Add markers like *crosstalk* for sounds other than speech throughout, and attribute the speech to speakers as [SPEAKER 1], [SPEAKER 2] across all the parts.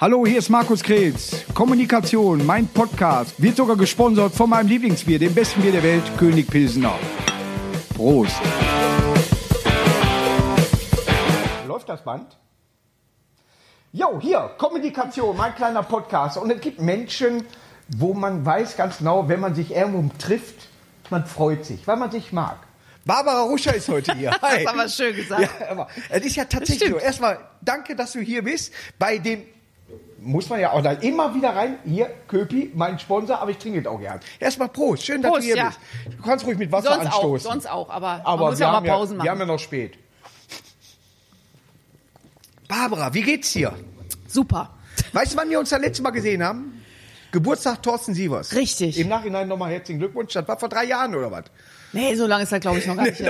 [SPEAKER 1] Hallo, hier ist Markus Kretz. Kommunikation, mein Podcast, wird sogar gesponsert von meinem Lieblingsbier, dem besten Bier der Welt, König Pilsener. Prost. Läuft das Band? Jo, hier, Kommunikation, mein kleiner Podcast. Und es gibt Menschen, wo man weiß ganz genau, wenn man sich irgendwo trifft, man freut sich, weil man sich mag. Barbara Ruscher ist heute
[SPEAKER 2] *laughs*
[SPEAKER 1] hier. Hi.
[SPEAKER 2] Das haben wir schön gesagt.
[SPEAKER 1] Ja, aber es ist ja tatsächlich so.
[SPEAKER 2] Stimmt.
[SPEAKER 1] Erstmal danke, dass du hier bist. Bei dem muss man ja auch dann immer wieder rein. Hier, Köpi, mein Sponsor, aber ich trinke es auch gern. Erstmal Prost, schön, dass
[SPEAKER 2] Prost,
[SPEAKER 1] du hier
[SPEAKER 2] ja.
[SPEAKER 1] bist. Du kannst ruhig mit Wasser
[SPEAKER 2] Sonst auch,
[SPEAKER 1] anstoßen.
[SPEAKER 2] sonst auch, aber,
[SPEAKER 1] aber
[SPEAKER 2] man muss
[SPEAKER 1] wir,
[SPEAKER 2] ja auch
[SPEAKER 1] haben
[SPEAKER 2] mal Pausen
[SPEAKER 1] ja, wir haben
[SPEAKER 2] machen.
[SPEAKER 1] ja noch spät. Barbara, wie geht's dir?
[SPEAKER 2] Super.
[SPEAKER 1] Weißt du, wann wir uns das letzte Mal gesehen haben? Geburtstag Thorsten Sievers.
[SPEAKER 2] Richtig.
[SPEAKER 1] Im Nachhinein nochmal herzlichen Glückwunsch. Das war vor drei Jahren oder was?
[SPEAKER 2] Nee, so lange ist er, glaube ich, noch gar nicht. *laughs*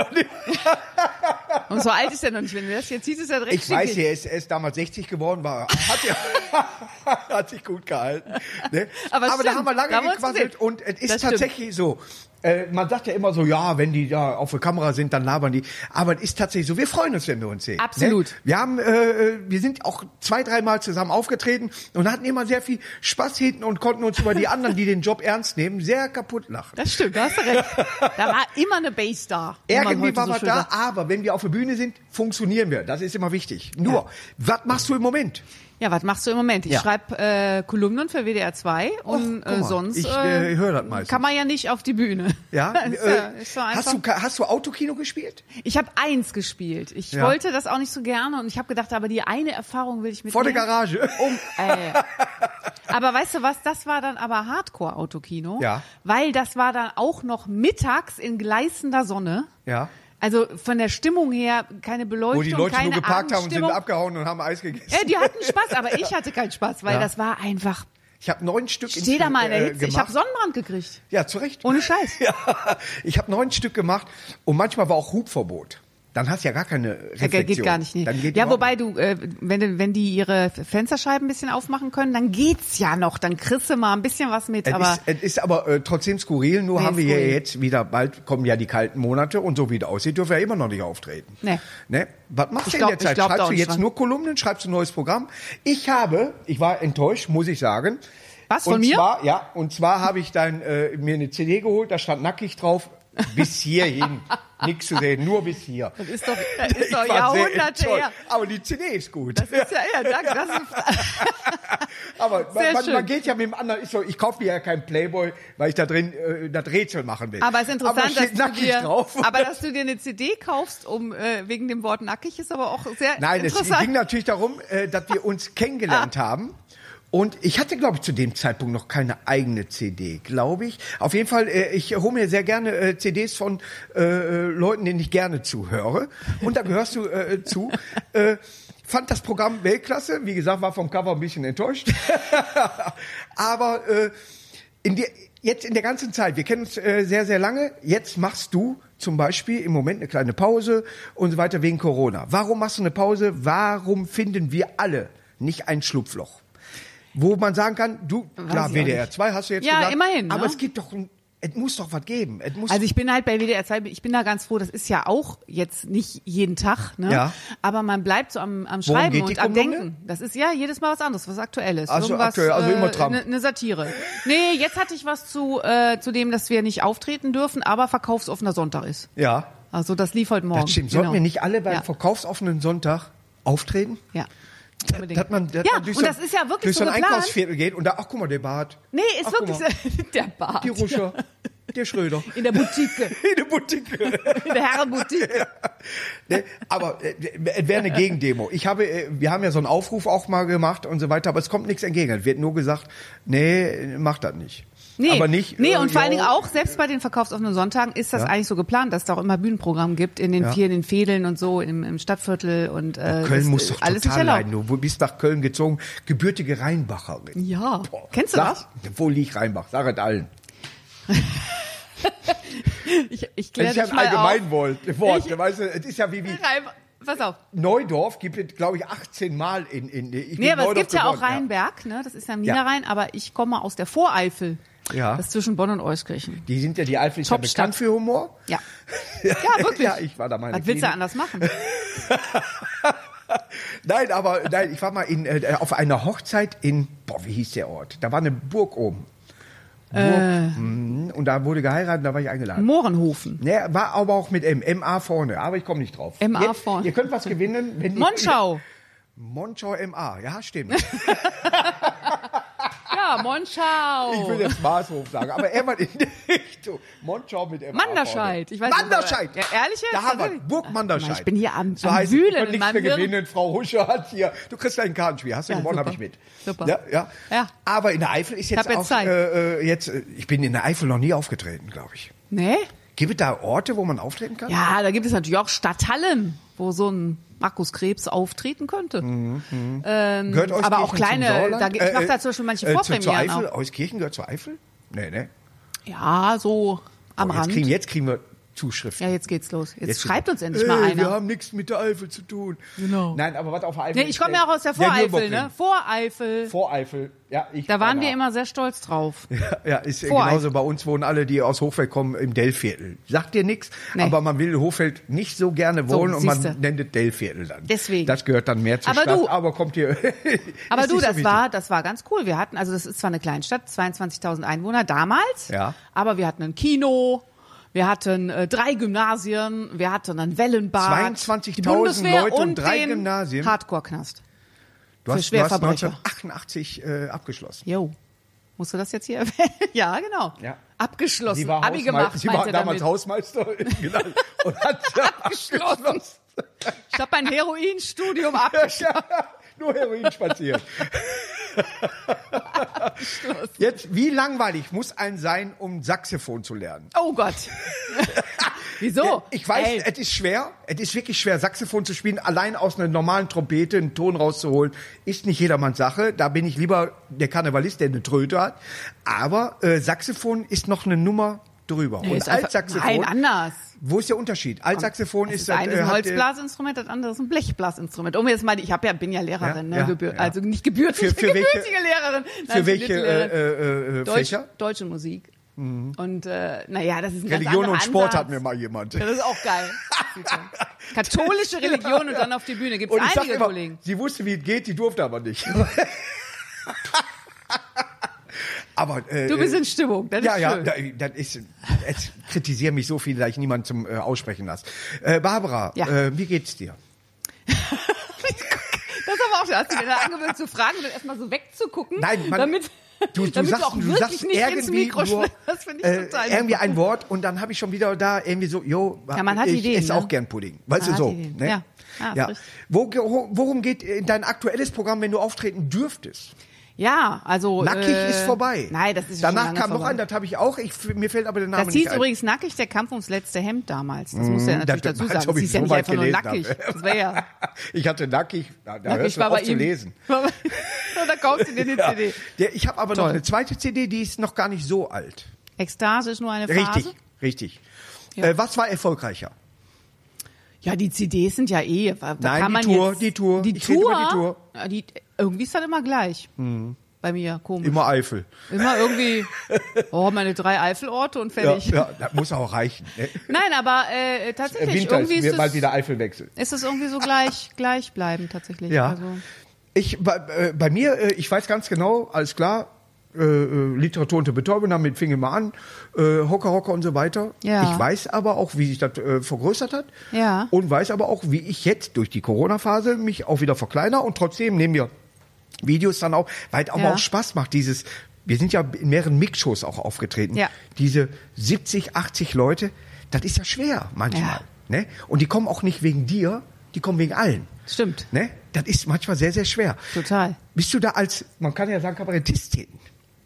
[SPEAKER 2] Und so alt ist er noch nicht, wenn du das jetzt siehst, ist er direkt
[SPEAKER 1] Ich weiß,
[SPEAKER 2] stinkig.
[SPEAKER 1] er ist, er ist damals 60 geworden, war, hat, ja, *laughs* hat sich gut gehalten. Ne?
[SPEAKER 2] Aber
[SPEAKER 1] Aber, da
[SPEAKER 2] stimmt,
[SPEAKER 1] haben wir lange
[SPEAKER 2] da haben wir uns
[SPEAKER 1] gequasselt
[SPEAKER 2] gesehen.
[SPEAKER 1] und es ist
[SPEAKER 2] Das stimmt.
[SPEAKER 1] tatsächlich so. Äh, man sagt ja immer so, ja, wenn die da auf der Kamera sind, dann labern die. Aber es ist tatsächlich so, wir freuen uns, wenn wir uns sehen.
[SPEAKER 2] Absolut.
[SPEAKER 1] Ne? Wir haben, äh, wir sind auch zwei, dreimal zusammen aufgetreten und hatten immer sehr viel Spaß hinten und konnten uns über die anderen, die den Job ernst nehmen, sehr kaputt lachen.
[SPEAKER 2] Das stimmt, da hast du recht. Da war immer eine Base da. wie man
[SPEAKER 1] Irgendwie
[SPEAKER 2] heute
[SPEAKER 1] war
[SPEAKER 2] so
[SPEAKER 1] was
[SPEAKER 2] schön
[SPEAKER 1] da,
[SPEAKER 2] sagt.
[SPEAKER 1] aber wenn wir auf der Bühne sind, funktionieren wir. Das ist immer wichtig. Nur,
[SPEAKER 2] Ja.
[SPEAKER 1] was machst du im Moment?
[SPEAKER 2] Ja, was machst du im Moment? Ich
[SPEAKER 1] Ja.
[SPEAKER 2] schreibe äh, Kolumnen für WDR 2
[SPEAKER 1] Och,
[SPEAKER 2] und
[SPEAKER 1] guck
[SPEAKER 2] äh,
[SPEAKER 1] mal,
[SPEAKER 2] sonst
[SPEAKER 1] ich,
[SPEAKER 2] äh,
[SPEAKER 1] äh, hör das meistens.
[SPEAKER 2] kann man ja nicht auf die Bühne.
[SPEAKER 1] Ja,
[SPEAKER 2] *laughs* ist, ja-
[SPEAKER 1] äh,
[SPEAKER 2] ist so einfach.
[SPEAKER 1] hast, du, hast du Autokino gespielt?
[SPEAKER 2] ich habe eins gespielt. Ich
[SPEAKER 1] Ja.
[SPEAKER 2] wollte das auch nicht so gerne und ich habe gedacht, aber die eine Erfahrung will ich mit
[SPEAKER 1] Vor der Garage.
[SPEAKER 2] Ey. Um, äh. Aber weißt du was, das war dann aber Hardcore-Autokino.
[SPEAKER 1] Ja.
[SPEAKER 2] Weil das war dann auch noch mittags in gleißender Sonne.
[SPEAKER 1] Ja.
[SPEAKER 2] Also von der Stimmung her keine
[SPEAKER 1] *laughs*
[SPEAKER 2] Beleuchtung,
[SPEAKER 1] Wo die Leute
[SPEAKER 2] keine
[SPEAKER 1] nur geparkt haben und sind
[SPEAKER 2] Abendstimmung.
[SPEAKER 1] abgehauen und haben Eis gegessen.
[SPEAKER 2] Ja, die hatten Spaß, aber ich hatte keinen Spaß, weil
[SPEAKER 1] Ja.
[SPEAKER 2] das war einfach,
[SPEAKER 1] Ich habe neun Stück
[SPEAKER 2] steh da mal in der
[SPEAKER 1] äh,
[SPEAKER 2] Hitze, ich
[SPEAKER 1] gemacht.
[SPEAKER 2] habe Sonnenbrand gekriegt.
[SPEAKER 1] Ja, zu Recht.
[SPEAKER 2] Ohne Scheiß.
[SPEAKER 1] ja, *laughs* ich habe neun Stück gemacht und manchmal war auch Hubverbot. Dann hast du ja gar keine Reflexion.
[SPEAKER 2] Ja, Äh, geht gar nicht. Nee.
[SPEAKER 1] Dann geht
[SPEAKER 2] ja,
[SPEAKER 1] überhaupt
[SPEAKER 2] wobei du, äh, wenn, wenn die ihre Fensterscheiben ein bisschen aufmachen können, dann geht's ja noch, dann kriegst du mal ein bisschen was mit.
[SPEAKER 1] Es
[SPEAKER 2] aber
[SPEAKER 1] ist, es ist aber äh, trotzdem skurril, nur
[SPEAKER 2] Nee,
[SPEAKER 1] haben wir ja
[SPEAKER 2] skurril.
[SPEAKER 1] jetzt wieder, bald kommen ja die kalten Monate und so wie es aussieht, dürfen wir ja immer noch nicht auftreten.
[SPEAKER 2] Nee.
[SPEAKER 1] Ne? Was machst
[SPEAKER 2] Ich
[SPEAKER 1] du in
[SPEAKER 2] glaub-
[SPEAKER 1] der
[SPEAKER 2] ich
[SPEAKER 1] Zeit?
[SPEAKER 2] glaub da
[SPEAKER 1] Schreibst
[SPEAKER 2] auch
[SPEAKER 1] du
[SPEAKER 2] nicht
[SPEAKER 1] jetzt
[SPEAKER 2] dran.
[SPEAKER 1] nur Kolumnen, schreibst du ein neues Programm? Ich habe, ich war enttäuscht, muss ich sagen.
[SPEAKER 2] Was, von
[SPEAKER 1] und
[SPEAKER 2] mir?
[SPEAKER 1] Zwar, ja, und zwar habe ich dann äh, mir eine CD geholt, da stand nackig drauf, bis
[SPEAKER 2] *laughs*
[SPEAKER 1] hierhin. Nix zu sehen, nur bis hier. *laughs*
[SPEAKER 2] das ist doch, das ist
[SPEAKER 1] Ich
[SPEAKER 2] doch
[SPEAKER 1] war sehr
[SPEAKER 2] Jahrhunderte
[SPEAKER 1] enttäuscht.
[SPEAKER 2] her.
[SPEAKER 1] Aber die CD ist gut.
[SPEAKER 2] Das ist ja, ja, danke, das ist
[SPEAKER 1] Aber
[SPEAKER 2] Sehr
[SPEAKER 1] man, man,
[SPEAKER 2] schön.
[SPEAKER 1] man geht ja mit dem anderen, ich, so, ich kaufe mir ja keinen Playboy, weil ich da drin äh, das Rätsel machen will.
[SPEAKER 2] Aber es ist
[SPEAKER 1] aber
[SPEAKER 2] interessant,
[SPEAKER 1] steht
[SPEAKER 2] dass, du
[SPEAKER 1] nackig
[SPEAKER 2] dir,
[SPEAKER 1] drauf.
[SPEAKER 2] aber dass du dir eine CD kaufst, um äh, wegen dem Wort nackig, ist aber auch sehr
[SPEAKER 1] Nein, es
[SPEAKER 2] interessant. Ah.
[SPEAKER 1] ging natürlich darum, äh, dass wir
[SPEAKER 2] *laughs*
[SPEAKER 1] uns kennengelernt haben. Und ich hatte, glaube ich, zu dem Zeitpunkt noch keine eigene CD, glaube ich. Auf jeden Fall, äh, ich hole mir sehr gerne äh, CDs von äh, äh, Leuten, denen ich gerne zuhöre. Und da gehörst du äh, zu. Äh, fand das Programm Weltklasse. Wie gesagt, war vom Cover ein bisschen enttäuscht. *laughs* Aber äh, in der, jetzt in der ganzen Zeit, wir kennen uns äh, sehr, sehr lange. Jetzt machst du zum Beispiel im Moment eine kleine Pause und so weiter wegen Corona. Warum machst du eine Pause? Warum finden wir alle nicht ein Schlupfloch? Wo man sagen kann, du, klar,
[SPEAKER 2] ich auch
[SPEAKER 1] WDR 2 hast du jetzt
[SPEAKER 2] Ja,
[SPEAKER 1] gesagt.
[SPEAKER 2] immerhin,
[SPEAKER 1] Aber
[SPEAKER 2] ne?
[SPEAKER 1] es gibt doch, ein, es muss doch was geben. Es muss
[SPEAKER 2] also ich bin halt bei WDR 2, ich bin da ganz froh, das ist ja auch jetzt nicht jeden Tag, ne?
[SPEAKER 1] Ja.
[SPEAKER 2] aber man bleibt so am, am Schreiben
[SPEAKER 1] geht die
[SPEAKER 2] und am
[SPEAKER 1] Kolumne?
[SPEAKER 2] Denken. Das ist ja jedes Mal was anderes, was Aktuelles.
[SPEAKER 1] Ach so,
[SPEAKER 2] Irgendwas,
[SPEAKER 1] aktuell, also immer Trump.
[SPEAKER 2] Eine ne Satire. Nee, jetzt hatte ich was zu, äh, zu dem, dass wir nicht auftreten dürfen, aber verkaufsoffener Sonntag ist.
[SPEAKER 1] ja,
[SPEAKER 2] Also das lief heute Morgen.
[SPEAKER 1] das stimmt. Sollten
[SPEAKER 2] Genau.
[SPEAKER 1] wir nicht alle beim
[SPEAKER 2] ja.
[SPEAKER 1] verkaufsoffenen Sonntag auftreten?
[SPEAKER 2] Ja. Unbedingt.
[SPEAKER 1] Dass man, dass
[SPEAKER 2] ja,
[SPEAKER 1] man durch
[SPEAKER 2] und
[SPEAKER 1] so,
[SPEAKER 2] das ist ja
[SPEAKER 1] durch
[SPEAKER 2] wirklich so
[SPEAKER 1] so ein
[SPEAKER 2] geplant.
[SPEAKER 1] Einkaufsviertel geht und da, ach guck mal, der Bart,
[SPEAKER 2] Nee, ist
[SPEAKER 1] Ach,
[SPEAKER 2] wirklich
[SPEAKER 1] guck mal.
[SPEAKER 2] so. *laughs* der Bart.
[SPEAKER 1] die Rusche, der
[SPEAKER 2] *laughs*
[SPEAKER 1] Schröder.
[SPEAKER 2] In der Boutique,
[SPEAKER 1] In der Boutique.
[SPEAKER 2] in
[SPEAKER 1] *laughs*
[SPEAKER 2] der Herrenboutique.
[SPEAKER 1] Ne, aber äh, es wäre eine Gegendemo. Ich habe, äh, wir haben ja so einen Aufruf auch mal gemacht und so weiter, aber es kommt nichts entgegen. Es wird nur gesagt, nee, macht das nicht.
[SPEAKER 2] Nee,
[SPEAKER 1] aber nicht.
[SPEAKER 2] nee
[SPEAKER 1] äh,
[SPEAKER 2] und vor allen
[SPEAKER 1] yo,
[SPEAKER 2] Dingen auch, selbst bei den verkaufsoffenen Sonntagen ist das
[SPEAKER 1] Ja.
[SPEAKER 2] eigentlich so geplant, dass es da auch immer Bühnenprogramm gibt in den
[SPEAKER 1] Ja.
[SPEAKER 2] vier, in den Fädeln und so, im, im Stadtviertel und äh,
[SPEAKER 1] Köln
[SPEAKER 2] das,
[SPEAKER 1] muss
[SPEAKER 2] ist
[SPEAKER 1] doch
[SPEAKER 2] alles
[SPEAKER 1] total
[SPEAKER 2] nicht
[SPEAKER 1] leiden.
[SPEAKER 2] erlaubt.
[SPEAKER 1] Du bist nach Köln gezogen, gebürtige Rheinbacherin.
[SPEAKER 2] Ja, kennst du das?
[SPEAKER 1] Sag, Wo liegt Rheinbach? Sag es allen.
[SPEAKER 2] Ich, ich
[SPEAKER 1] Es
[SPEAKER 2] kläre
[SPEAKER 1] ist ja
[SPEAKER 2] dich
[SPEAKER 1] ein
[SPEAKER 2] mal auf.
[SPEAKER 1] Allgemeinwort. Wort,
[SPEAKER 2] Ich-
[SPEAKER 1] weißt du, es ist ja wie, wie
[SPEAKER 2] Rein- Pass auf.
[SPEAKER 1] Neudorf gibt es, glaube ich, 18 Mal in, in ich bin
[SPEAKER 2] Nee, aber es
[SPEAKER 1] Neudorf
[SPEAKER 2] gibt ja auch
[SPEAKER 1] geboren,
[SPEAKER 2] Rheinberg, ne? Das ist ja im
[SPEAKER 1] Ja.
[SPEAKER 2] Niederrhein, aber ich komme aus der Voreifel.
[SPEAKER 1] Ja.
[SPEAKER 2] Das ist zwischen Bonn und Euskirchen.
[SPEAKER 1] Die sind ja, die Eifel ist ja
[SPEAKER 2] Topstadt.
[SPEAKER 1] bekannt für Humor. *laughs*
[SPEAKER 2] Ja.
[SPEAKER 1] Ja, *laughs*
[SPEAKER 2] wirklich.
[SPEAKER 1] Ja, ich war da meine
[SPEAKER 2] Was willst du
[SPEAKER 1] Klinik.
[SPEAKER 2] anders machen?
[SPEAKER 1] nein, aber nein, ich war mal in, äh, auf einer Hochzeit in, boah, wie hieß der Ort? Da war eine Burg oben. Burg,
[SPEAKER 2] Äh.
[SPEAKER 1] mh, und da wurde geheiratet, da war ich eingeladen.
[SPEAKER 2] Mohrenhofen.
[SPEAKER 1] Ne, war aber auch mit M. MA vorne, aber ich komme nicht drauf.
[SPEAKER 2] MA
[SPEAKER 1] ihr,
[SPEAKER 2] vorne.
[SPEAKER 1] Ihr könnt was gewinnen, wenn ihr-
[SPEAKER 2] Monschau.
[SPEAKER 1] Monschau MA, ja, stimmt.
[SPEAKER 2] *laughs* Ja, Monschau.
[SPEAKER 1] Ich will jetzt Maßhof sagen, aber irgendwann in die Richtung. Monschau mit MA. vorne.
[SPEAKER 2] Manderscheid. Ich weiß nicht,
[SPEAKER 1] Manderscheid.
[SPEAKER 2] aber- Ja, ehrlich jetzt?
[SPEAKER 1] Da haben wir
[SPEAKER 2] Tatsächlich?
[SPEAKER 1] Burg Manderscheid.
[SPEAKER 2] Ich bin hier am-
[SPEAKER 1] so
[SPEAKER 2] am
[SPEAKER 1] heißt es, ihr
[SPEAKER 2] Wühlen
[SPEAKER 1] könnt
[SPEAKER 2] in
[SPEAKER 1] nichts
[SPEAKER 2] meinem
[SPEAKER 1] mehr
[SPEAKER 2] Hirn.
[SPEAKER 1] gewinnen. Frau Husche hat hier. Du kriegst gleich ein Kartenspiel. Hast du
[SPEAKER 2] Ja,
[SPEAKER 1] gewonnen,
[SPEAKER 2] super.
[SPEAKER 1] habe ich mit.
[SPEAKER 2] Super.
[SPEAKER 1] Ja, ja.
[SPEAKER 2] Ja.
[SPEAKER 1] Aber in der Eifel ist jetzt
[SPEAKER 2] hab jetzt
[SPEAKER 1] auch.
[SPEAKER 2] Zeit.
[SPEAKER 1] Äh, äh, jetzt, äh, ich bin in der Eifel noch nie aufgetreten, glaube ich.
[SPEAKER 2] Nee?
[SPEAKER 1] Gibt es da Orte, wo man auftreten kann?
[SPEAKER 2] Ne? Ja, da gibt es natürlich auch Stadthallen, wo so ein Markus Krebs auftreten könnte. Ähm,
[SPEAKER 1] Mhm, Gehört euch
[SPEAKER 2] aber auch
[SPEAKER 1] Kirchen zum
[SPEAKER 2] kleine,
[SPEAKER 1] Sauerland?
[SPEAKER 2] da, ge-
[SPEAKER 1] Äh,
[SPEAKER 2] ich mache
[SPEAKER 1] äh,
[SPEAKER 2] da zum Beispiel manche
[SPEAKER 1] äh, zu- Zur
[SPEAKER 2] Vorpremieren
[SPEAKER 1] Eifel?
[SPEAKER 2] auch.
[SPEAKER 1] Euskirchen gehört zur Eifel? Nee, nee.
[SPEAKER 2] Ja, so am
[SPEAKER 1] Boah, Oh, jetzt,
[SPEAKER 2] Rand.
[SPEAKER 1] kriegen, jetzt kriegen wir Zuschriften.
[SPEAKER 2] ja, jetzt geht's los. Jetzt,
[SPEAKER 1] Jetzt-
[SPEAKER 2] schreibt uns endlich mal
[SPEAKER 1] Ey,
[SPEAKER 2] einer.
[SPEAKER 1] Wir haben nichts mit der Eifel zu tun.
[SPEAKER 2] Genau.
[SPEAKER 1] Nein, aber was auf der Eifel. äh,
[SPEAKER 2] Nee, ich komme ja auch aus der Voreifel,
[SPEAKER 1] Nürburgring.
[SPEAKER 2] ne? Voreifel.
[SPEAKER 1] Voreifel, ja. Ich
[SPEAKER 2] Da waren wir immer sehr stolz drauf.
[SPEAKER 1] *laughs* Ja, ist äh,
[SPEAKER 2] Voreifel.
[SPEAKER 1] genauso. Bei uns wohnen alle, die aus Hochfeld kommen, im Dellviertel. Sagt dir nichts,
[SPEAKER 2] Nee.
[SPEAKER 1] aber man will Hochfeld nicht so gerne
[SPEAKER 2] So,
[SPEAKER 1] wohnen und man
[SPEAKER 2] siehste.
[SPEAKER 1] nennt es Dellviertel dann.
[SPEAKER 2] Deswegen.
[SPEAKER 1] Das gehört dann mehr zur
[SPEAKER 2] Aber
[SPEAKER 1] Stadt.
[SPEAKER 2] du-
[SPEAKER 1] aber kommt hier. *laughs*
[SPEAKER 2] Aber
[SPEAKER 1] ist
[SPEAKER 2] du,
[SPEAKER 1] nicht so
[SPEAKER 2] das
[SPEAKER 1] wichtig.
[SPEAKER 2] war, das war ganz cool. Wir hatten, also das ist zwar eine Kleinstadt, 22.000 Einwohner damals,
[SPEAKER 1] Ja.
[SPEAKER 2] aber wir hatten ein Kino, wir hatten äh, drei Gymnasien, wir hatten ein Wellenbad,
[SPEAKER 1] 22.000
[SPEAKER 2] die Bundeswehr
[SPEAKER 1] Leute und drei
[SPEAKER 2] den
[SPEAKER 1] Gymnasien?
[SPEAKER 2] Hardcore-Knast.
[SPEAKER 1] Du hast, du hast
[SPEAKER 2] Schwerverbrecher.
[SPEAKER 1] 1988 äh, abgeschlossen.
[SPEAKER 2] Jo. Musst du das jetzt hier *laughs* erwähnen? ja, genau.
[SPEAKER 1] Ja.
[SPEAKER 2] Abgeschlossen,
[SPEAKER 1] Sie war,
[SPEAKER 2] Abi
[SPEAKER 1] Hausmei-
[SPEAKER 2] gemacht,
[SPEAKER 1] sie war
[SPEAKER 2] meinte er
[SPEAKER 1] damals
[SPEAKER 2] damit.
[SPEAKER 1] Hausmeisterin *laughs* genau, und hat
[SPEAKER 2] *laughs*
[SPEAKER 1] abgeschlossen.
[SPEAKER 2] Ich habe mein Heroinstudium abgeschlossen.
[SPEAKER 1] *laughs* Nur Heroin spazieren. Jetzt, wie langweilig muss ein sein, um Saxophon zu lernen?
[SPEAKER 2] Oh Gott. *laughs* Wieso?
[SPEAKER 1] Ich weiß,
[SPEAKER 2] Ey,
[SPEAKER 1] es ist schwer. Es ist wirklich schwer, Saxophon zu spielen. Allein aus einer normalen Trompete einen Ton rauszuholen, ist nicht jedermanns Sache. Da bin ich lieber der Karnevalist, der eine Tröte hat. Aber äh, Saxophon ist noch eine Nummer drüber.
[SPEAKER 2] nee,
[SPEAKER 1] Und
[SPEAKER 2] ist einfach- Nein,
[SPEAKER 1] Altsaxophon,
[SPEAKER 2] anders.
[SPEAKER 1] wo ist der Unterschied? Altsaxophon
[SPEAKER 2] Das
[SPEAKER 1] ist,
[SPEAKER 2] ist eine ist ein
[SPEAKER 1] hat, äh,
[SPEAKER 2] Holzblasinstrument, das andere ist ein Blechblasinstrument. Um jetzt mal, ich habe ja, bin ja Lehrerin,
[SPEAKER 1] Ja,
[SPEAKER 2] ne?
[SPEAKER 1] ja,
[SPEAKER 2] Gebür
[SPEAKER 1] ja.
[SPEAKER 2] also nicht gebürtige,
[SPEAKER 1] Für- für welche-
[SPEAKER 2] gebürtige Lehrerin. Nein,
[SPEAKER 1] für welche
[SPEAKER 2] Lehrerin.
[SPEAKER 1] äh, äh, äh,
[SPEAKER 2] also Deutsch,
[SPEAKER 1] Fächer? Mhm.
[SPEAKER 2] Deutsche Musik. Und äh, naja, das ist ein ganz
[SPEAKER 1] Religion
[SPEAKER 2] anderer
[SPEAKER 1] und Sport
[SPEAKER 2] Ansatz.
[SPEAKER 1] hat mir mal jemand.
[SPEAKER 2] Ja, Das ist
[SPEAKER 1] *laughs*
[SPEAKER 2] auch geil. Super. Katholische Religion und dann auf die Bühne. Gibt
[SPEAKER 1] Und ich
[SPEAKER 2] es
[SPEAKER 1] sag
[SPEAKER 2] einige
[SPEAKER 1] immer,
[SPEAKER 2] Kollegen.
[SPEAKER 1] sie wusste, wie es geht, die durfte aber
[SPEAKER 2] *laughs*
[SPEAKER 1] nicht. aber äh,
[SPEAKER 2] Du bist in Stimmung, das
[SPEAKER 1] ja,
[SPEAKER 2] ist
[SPEAKER 1] ja,
[SPEAKER 2] schön.
[SPEAKER 1] da, das ist, jetzt kritisieren mich so viel, dass ich niemanden zum äh, Aussprechen lasse. Äh, Barbara,
[SPEAKER 2] Ja.
[SPEAKER 1] äh, wie geht's dir?
[SPEAKER 2] Das ist aber auch, da hast du dir da angewöhnt zu fragen und dann erstmal so wegzugucken,
[SPEAKER 1] Nein, man,
[SPEAKER 2] damit,
[SPEAKER 1] du, du
[SPEAKER 2] damit
[SPEAKER 1] sagst,
[SPEAKER 2] du auch
[SPEAKER 1] du
[SPEAKER 2] wirklich
[SPEAKER 1] sagst
[SPEAKER 2] nicht
[SPEAKER 1] irgendwie
[SPEAKER 2] ins Mikro
[SPEAKER 1] nur,
[SPEAKER 2] sprichst. Das finde ich
[SPEAKER 1] äh,
[SPEAKER 2] total
[SPEAKER 1] irgendwie
[SPEAKER 2] super.
[SPEAKER 1] ein Wort und dann habe ich schon wieder da irgendwie so, jo,
[SPEAKER 2] Ja, man hat
[SPEAKER 1] ich
[SPEAKER 2] Ideen,
[SPEAKER 1] esse
[SPEAKER 2] ne?
[SPEAKER 1] auch gern Pudding. Weißt
[SPEAKER 2] Man
[SPEAKER 1] du so.
[SPEAKER 2] hat Ideen,
[SPEAKER 1] Ne?
[SPEAKER 2] ja. Ja, ist
[SPEAKER 1] ja.
[SPEAKER 2] richtig.
[SPEAKER 1] Wo, worum geht äh, dein aktuelles Programm, wenn du auftreten dürftest?
[SPEAKER 2] Ja, also.
[SPEAKER 1] Nackig
[SPEAKER 2] äh,
[SPEAKER 1] ist vorbei.
[SPEAKER 2] Nein, das ist
[SPEAKER 1] Danach
[SPEAKER 2] schon lange
[SPEAKER 1] kam noch
[SPEAKER 2] vorbei.
[SPEAKER 1] ein, das habe ich auch, ich, f- mir fällt aber der Name
[SPEAKER 2] Das
[SPEAKER 1] nicht
[SPEAKER 2] hieß
[SPEAKER 1] ein. Mhm,
[SPEAKER 2] übrigens nackig, der Kampf ums letzte Hemd damals. Das muss er ja natürlich
[SPEAKER 1] das-
[SPEAKER 2] dazu
[SPEAKER 1] als
[SPEAKER 2] sagen.
[SPEAKER 1] ob
[SPEAKER 2] Das
[SPEAKER 1] ich
[SPEAKER 2] hieß ja
[SPEAKER 1] so
[SPEAKER 2] nicht
[SPEAKER 1] weit
[SPEAKER 2] einfach nur
[SPEAKER 1] gelesen
[SPEAKER 2] nackig.
[SPEAKER 1] habe.
[SPEAKER 2] Das
[SPEAKER 1] *laughs*
[SPEAKER 2] wäre ja.
[SPEAKER 1] Ich hatte nackig, da, da hörst
[SPEAKER 2] Nackig
[SPEAKER 1] du
[SPEAKER 2] war
[SPEAKER 1] auf
[SPEAKER 2] bei
[SPEAKER 1] zu
[SPEAKER 2] ihm. *laughs*
[SPEAKER 1] lesen.
[SPEAKER 2] da kaufst du dir die
[SPEAKER 1] *laughs* Ja.
[SPEAKER 2] CD.
[SPEAKER 1] Der, ich habe aber noch
[SPEAKER 2] Toll.
[SPEAKER 1] eine zweite CD, die ist noch gar nicht so alt.
[SPEAKER 2] Ekstase ist nur eine Phase.
[SPEAKER 1] Richtig, richtig.
[SPEAKER 2] Ja.
[SPEAKER 1] Äh, was war erfolgreicher?
[SPEAKER 2] Ja, die CDs sind ja eh. Da
[SPEAKER 1] Nein,
[SPEAKER 2] kann
[SPEAKER 1] die
[SPEAKER 2] man
[SPEAKER 1] Tour,
[SPEAKER 2] jetzt,
[SPEAKER 1] die Tour.
[SPEAKER 2] Die
[SPEAKER 1] Ich rede über die
[SPEAKER 2] Tour.
[SPEAKER 1] Tour. Mhm.
[SPEAKER 2] Ja, die- irgendwie ist das immer gleich. Bei mir, komisch.
[SPEAKER 1] Immer Eifel. *laughs*
[SPEAKER 2] Immer irgendwie, oh, meine drei Eifelorte und
[SPEAKER 1] Ja,
[SPEAKER 2] fertig.
[SPEAKER 1] ja, das muss auch
[SPEAKER 2] *laughs*
[SPEAKER 1] reichen. Ne?
[SPEAKER 2] Nein, aber äh,
[SPEAKER 1] Im
[SPEAKER 2] tatsächlich,
[SPEAKER 1] Winter ist
[SPEAKER 2] irgendwie
[SPEAKER 1] mir
[SPEAKER 2] ist
[SPEAKER 1] mal
[SPEAKER 2] es,
[SPEAKER 1] wieder Eifelwechsel.
[SPEAKER 2] ist es irgendwie so gleich, gleich bleiben tatsächlich.
[SPEAKER 1] Ja.
[SPEAKER 2] Also,
[SPEAKER 1] Ich, bei, äh, bei mir, äh, ich weiß ganz genau, alles klar, äh, äh, Literatur unter Betäubung, damit fing immer an, äh, Hocker, Hocker und so weiter.
[SPEAKER 2] Ja.
[SPEAKER 1] Ich weiß aber auch, wie sich das äh, vergrößert hat.
[SPEAKER 2] Ja.
[SPEAKER 1] Und weiß aber auch, wie ich jetzt durch die Corona-Phase mich auch wieder verkleiner und trotzdem nehmen wir Videos dann auch, weil es aber
[SPEAKER 2] Ja.
[SPEAKER 1] auch Spaß macht, dieses, wir sind ja in mehreren Mixshows auch aufgetreten,
[SPEAKER 2] Ja.
[SPEAKER 1] diese 70, 80 Leute, das ist ja schwer manchmal.
[SPEAKER 2] Ja.
[SPEAKER 1] Ne? Und die kommen auch nicht wegen dir, die kommen wegen allen.
[SPEAKER 2] stimmt.
[SPEAKER 1] Ne? Das ist manchmal sehr, sehr schwer.
[SPEAKER 2] Total.
[SPEAKER 1] Bist du da als, man kann ja sagen, Kabarettistin.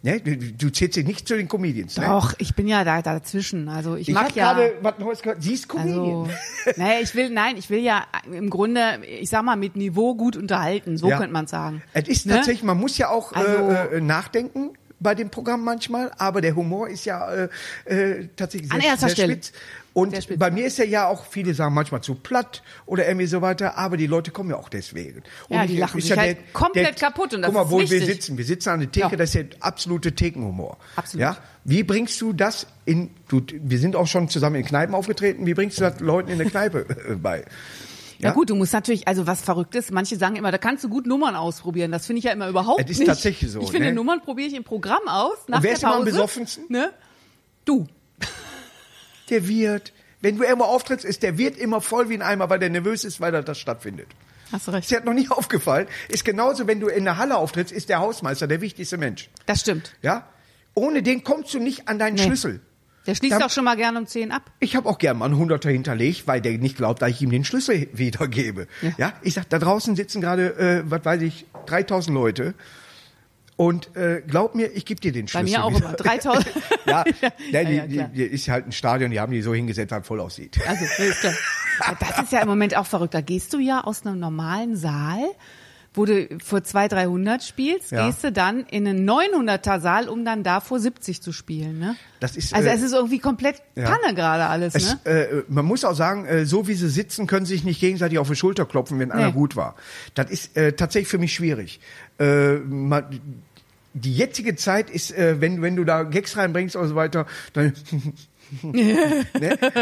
[SPEAKER 1] Ne? Du, du zählst dich nicht zu den Comedians. Ne?
[SPEAKER 2] Doch, ich bin ja da dazwischen. Also ich,
[SPEAKER 1] Ich
[SPEAKER 2] mag
[SPEAKER 1] habe
[SPEAKER 2] ja.
[SPEAKER 1] gerade was Neues gehört. Sie ist
[SPEAKER 2] also,
[SPEAKER 1] Comedian.
[SPEAKER 2] *laughs* naja, ich will, nein, ich will ja im Grunde, ich sag mal, mit Niveau gut unterhalten, so
[SPEAKER 1] Ja.
[SPEAKER 2] könnte man sagen.
[SPEAKER 1] Es ist
[SPEAKER 2] Ne?
[SPEAKER 1] tatsächlich, man muss ja auch
[SPEAKER 2] Also-
[SPEAKER 1] äh, äh, nachdenken bei dem Programm manchmal, aber der Humor ist ja äh, äh, tatsächlich sehr,
[SPEAKER 2] An erster
[SPEAKER 1] sehr
[SPEAKER 2] Stelle.
[SPEAKER 1] spitz. Und
[SPEAKER 2] Sehr spitz.
[SPEAKER 1] bei mir ist ja ja auch, viele sagen manchmal zu platt oder irgendwie so weiter, aber die Leute kommen ja auch deswegen.
[SPEAKER 2] Ja,
[SPEAKER 1] ich-
[SPEAKER 2] die lachen
[SPEAKER 1] ist
[SPEAKER 2] sich halt komplett kaputt und das
[SPEAKER 1] Guck mal,
[SPEAKER 2] ist
[SPEAKER 1] wo wir
[SPEAKER 2] wichtig.
[SPEAKER 1] sitzen. Wir sitzen an der Theke,
[SPEAKER 2] Ja.
[SPEAKER 1] das ist ja absolute Thekenhumor.
[SPEAKER 2] Absolut.
[SPEAKER 1] Ja? Wie bringst du das in, du, wir sind auch schon zusammen in Kneipen aufgetreten, wie bringst du das Leuten in der Kneipe äh, bei?
[SPEAKER 2] Ja, gut, du musst natürlich, also was Verrücktes, manche sagen immer, da kannst du gut Nummern ausprobieren. Das finde ich ja immer überhaupt
[SPEAKER 1] Es
[SPEAKER 2] nicht.
[SPEAKER 1] ist tatsächlich so,
[SPEAKER 2] Ich finde,
[SPEAKER 1] ne?
[SPEAKER 2] Nummern probiere ich im Programm aus. Nach
[SPEAKER 1] wer
[SPEAKER 2] der
[SPEAKER 1] ist immer am
[SPEAKER 2] Pause,
[SPEAKER 1] besoffensten?
[SPEAKER 2] Ne? Du.
[SPEAKER 1] Der Wirt. Wenn du irgendwo auftrittst, ist der Wirt immer voll wie ein Eimer, weil der nervös ist, weil da das stattfindet.
[SPEAKER 2] Hast du
[SPEAKER 1] Ist dir
[SPEAKER 2] recht.
[SPEAKER 1] das noch nicht *laughs* aufgefallen? Ist genauso, wenn du in der Halle auftrittst, ist der Hausmeister der wichtigste Mensch.
[SPEAKER 2] Das stimmt.
[SPEAKER 1] Ja? Ohne den kommst du nicht an deinen
[SPEAKER 2] Nee.
[SPEAKER 1] Schlüssel.
[SPEAKER 2] Der schließt
[SPEAKER 1] Da-
[SPEAKER 2] auch schon mal gern um 10 ab.
[SPEAKER 1] Ich habe auch gern mal einen Hunderter hinterlegt, weil der nicht glaubt, dass ich ihm den Schlüssel *laughs* wiedergebe. Ja.
[SPEAKER 2] Ja.
[SPEAKER 1] ich sag, da draußen sitzen gerade, äh, was weiß ich, 3000 Leute. Und äh, glaub mir, ich gebe dir den
[SPEAKER 2] Bei
[SPEAKER 1] Schlüssel.
[SPEAKER 2] mir auch
[SPEAKER 1] wieder. *laughs*
[SPEAKER 2] immer. 3000.
[SPEAKER 1] Ja,
[SPEAKER 2] *laughs* ja,
[SPEAKER 1] ja, die,
[SPEAKER 2] ja, klar.
[SPEAKER 1] die, die ist halt ein Stadion, die haben die so hingesetzt, weil voll aussieht.
[SPEAKER 2] Also, nee, ist klar. Ja, das ist ja im Moment auch verrückt. Da gehst du ja aus einem normalen Saal, wo du vor 200, 300 spielst,
[SPEAKER 1] Ja.
[SPEAKER 2] gehst du dann in einen 900er Saal, um dann da vor 70 zu spielen. Ne?
[SPEAKER 1] Das ist,
[SPEAKER 2] also
[SPEAKER 1] äh,
[SPEAKER 2] es ist irgendwie komplett
[SPEAKER 1] ja.
[SPEAKER 2] Panne gerade alles.
[SPEAKER 1] Es,
[SPEAKER 2] ne?
[SPEAKER 1] äh, man muss auch sagen, äh, so wie sie sitzen, können sie sich nicht gegenseitig auf die Schulter klopfen, wenn einer
[SPEAKER 2] Nee.
[SPEAKER 1] gut war. Das ist äh, tatsächlich für mich schwierig. Äh, man, die jetzige Zeit ist, äh, wenn, wenn du da Gags reinbringst und so weiter,
[SPEAKER 2] *laughs*
[SPEAKER 1] dann ne?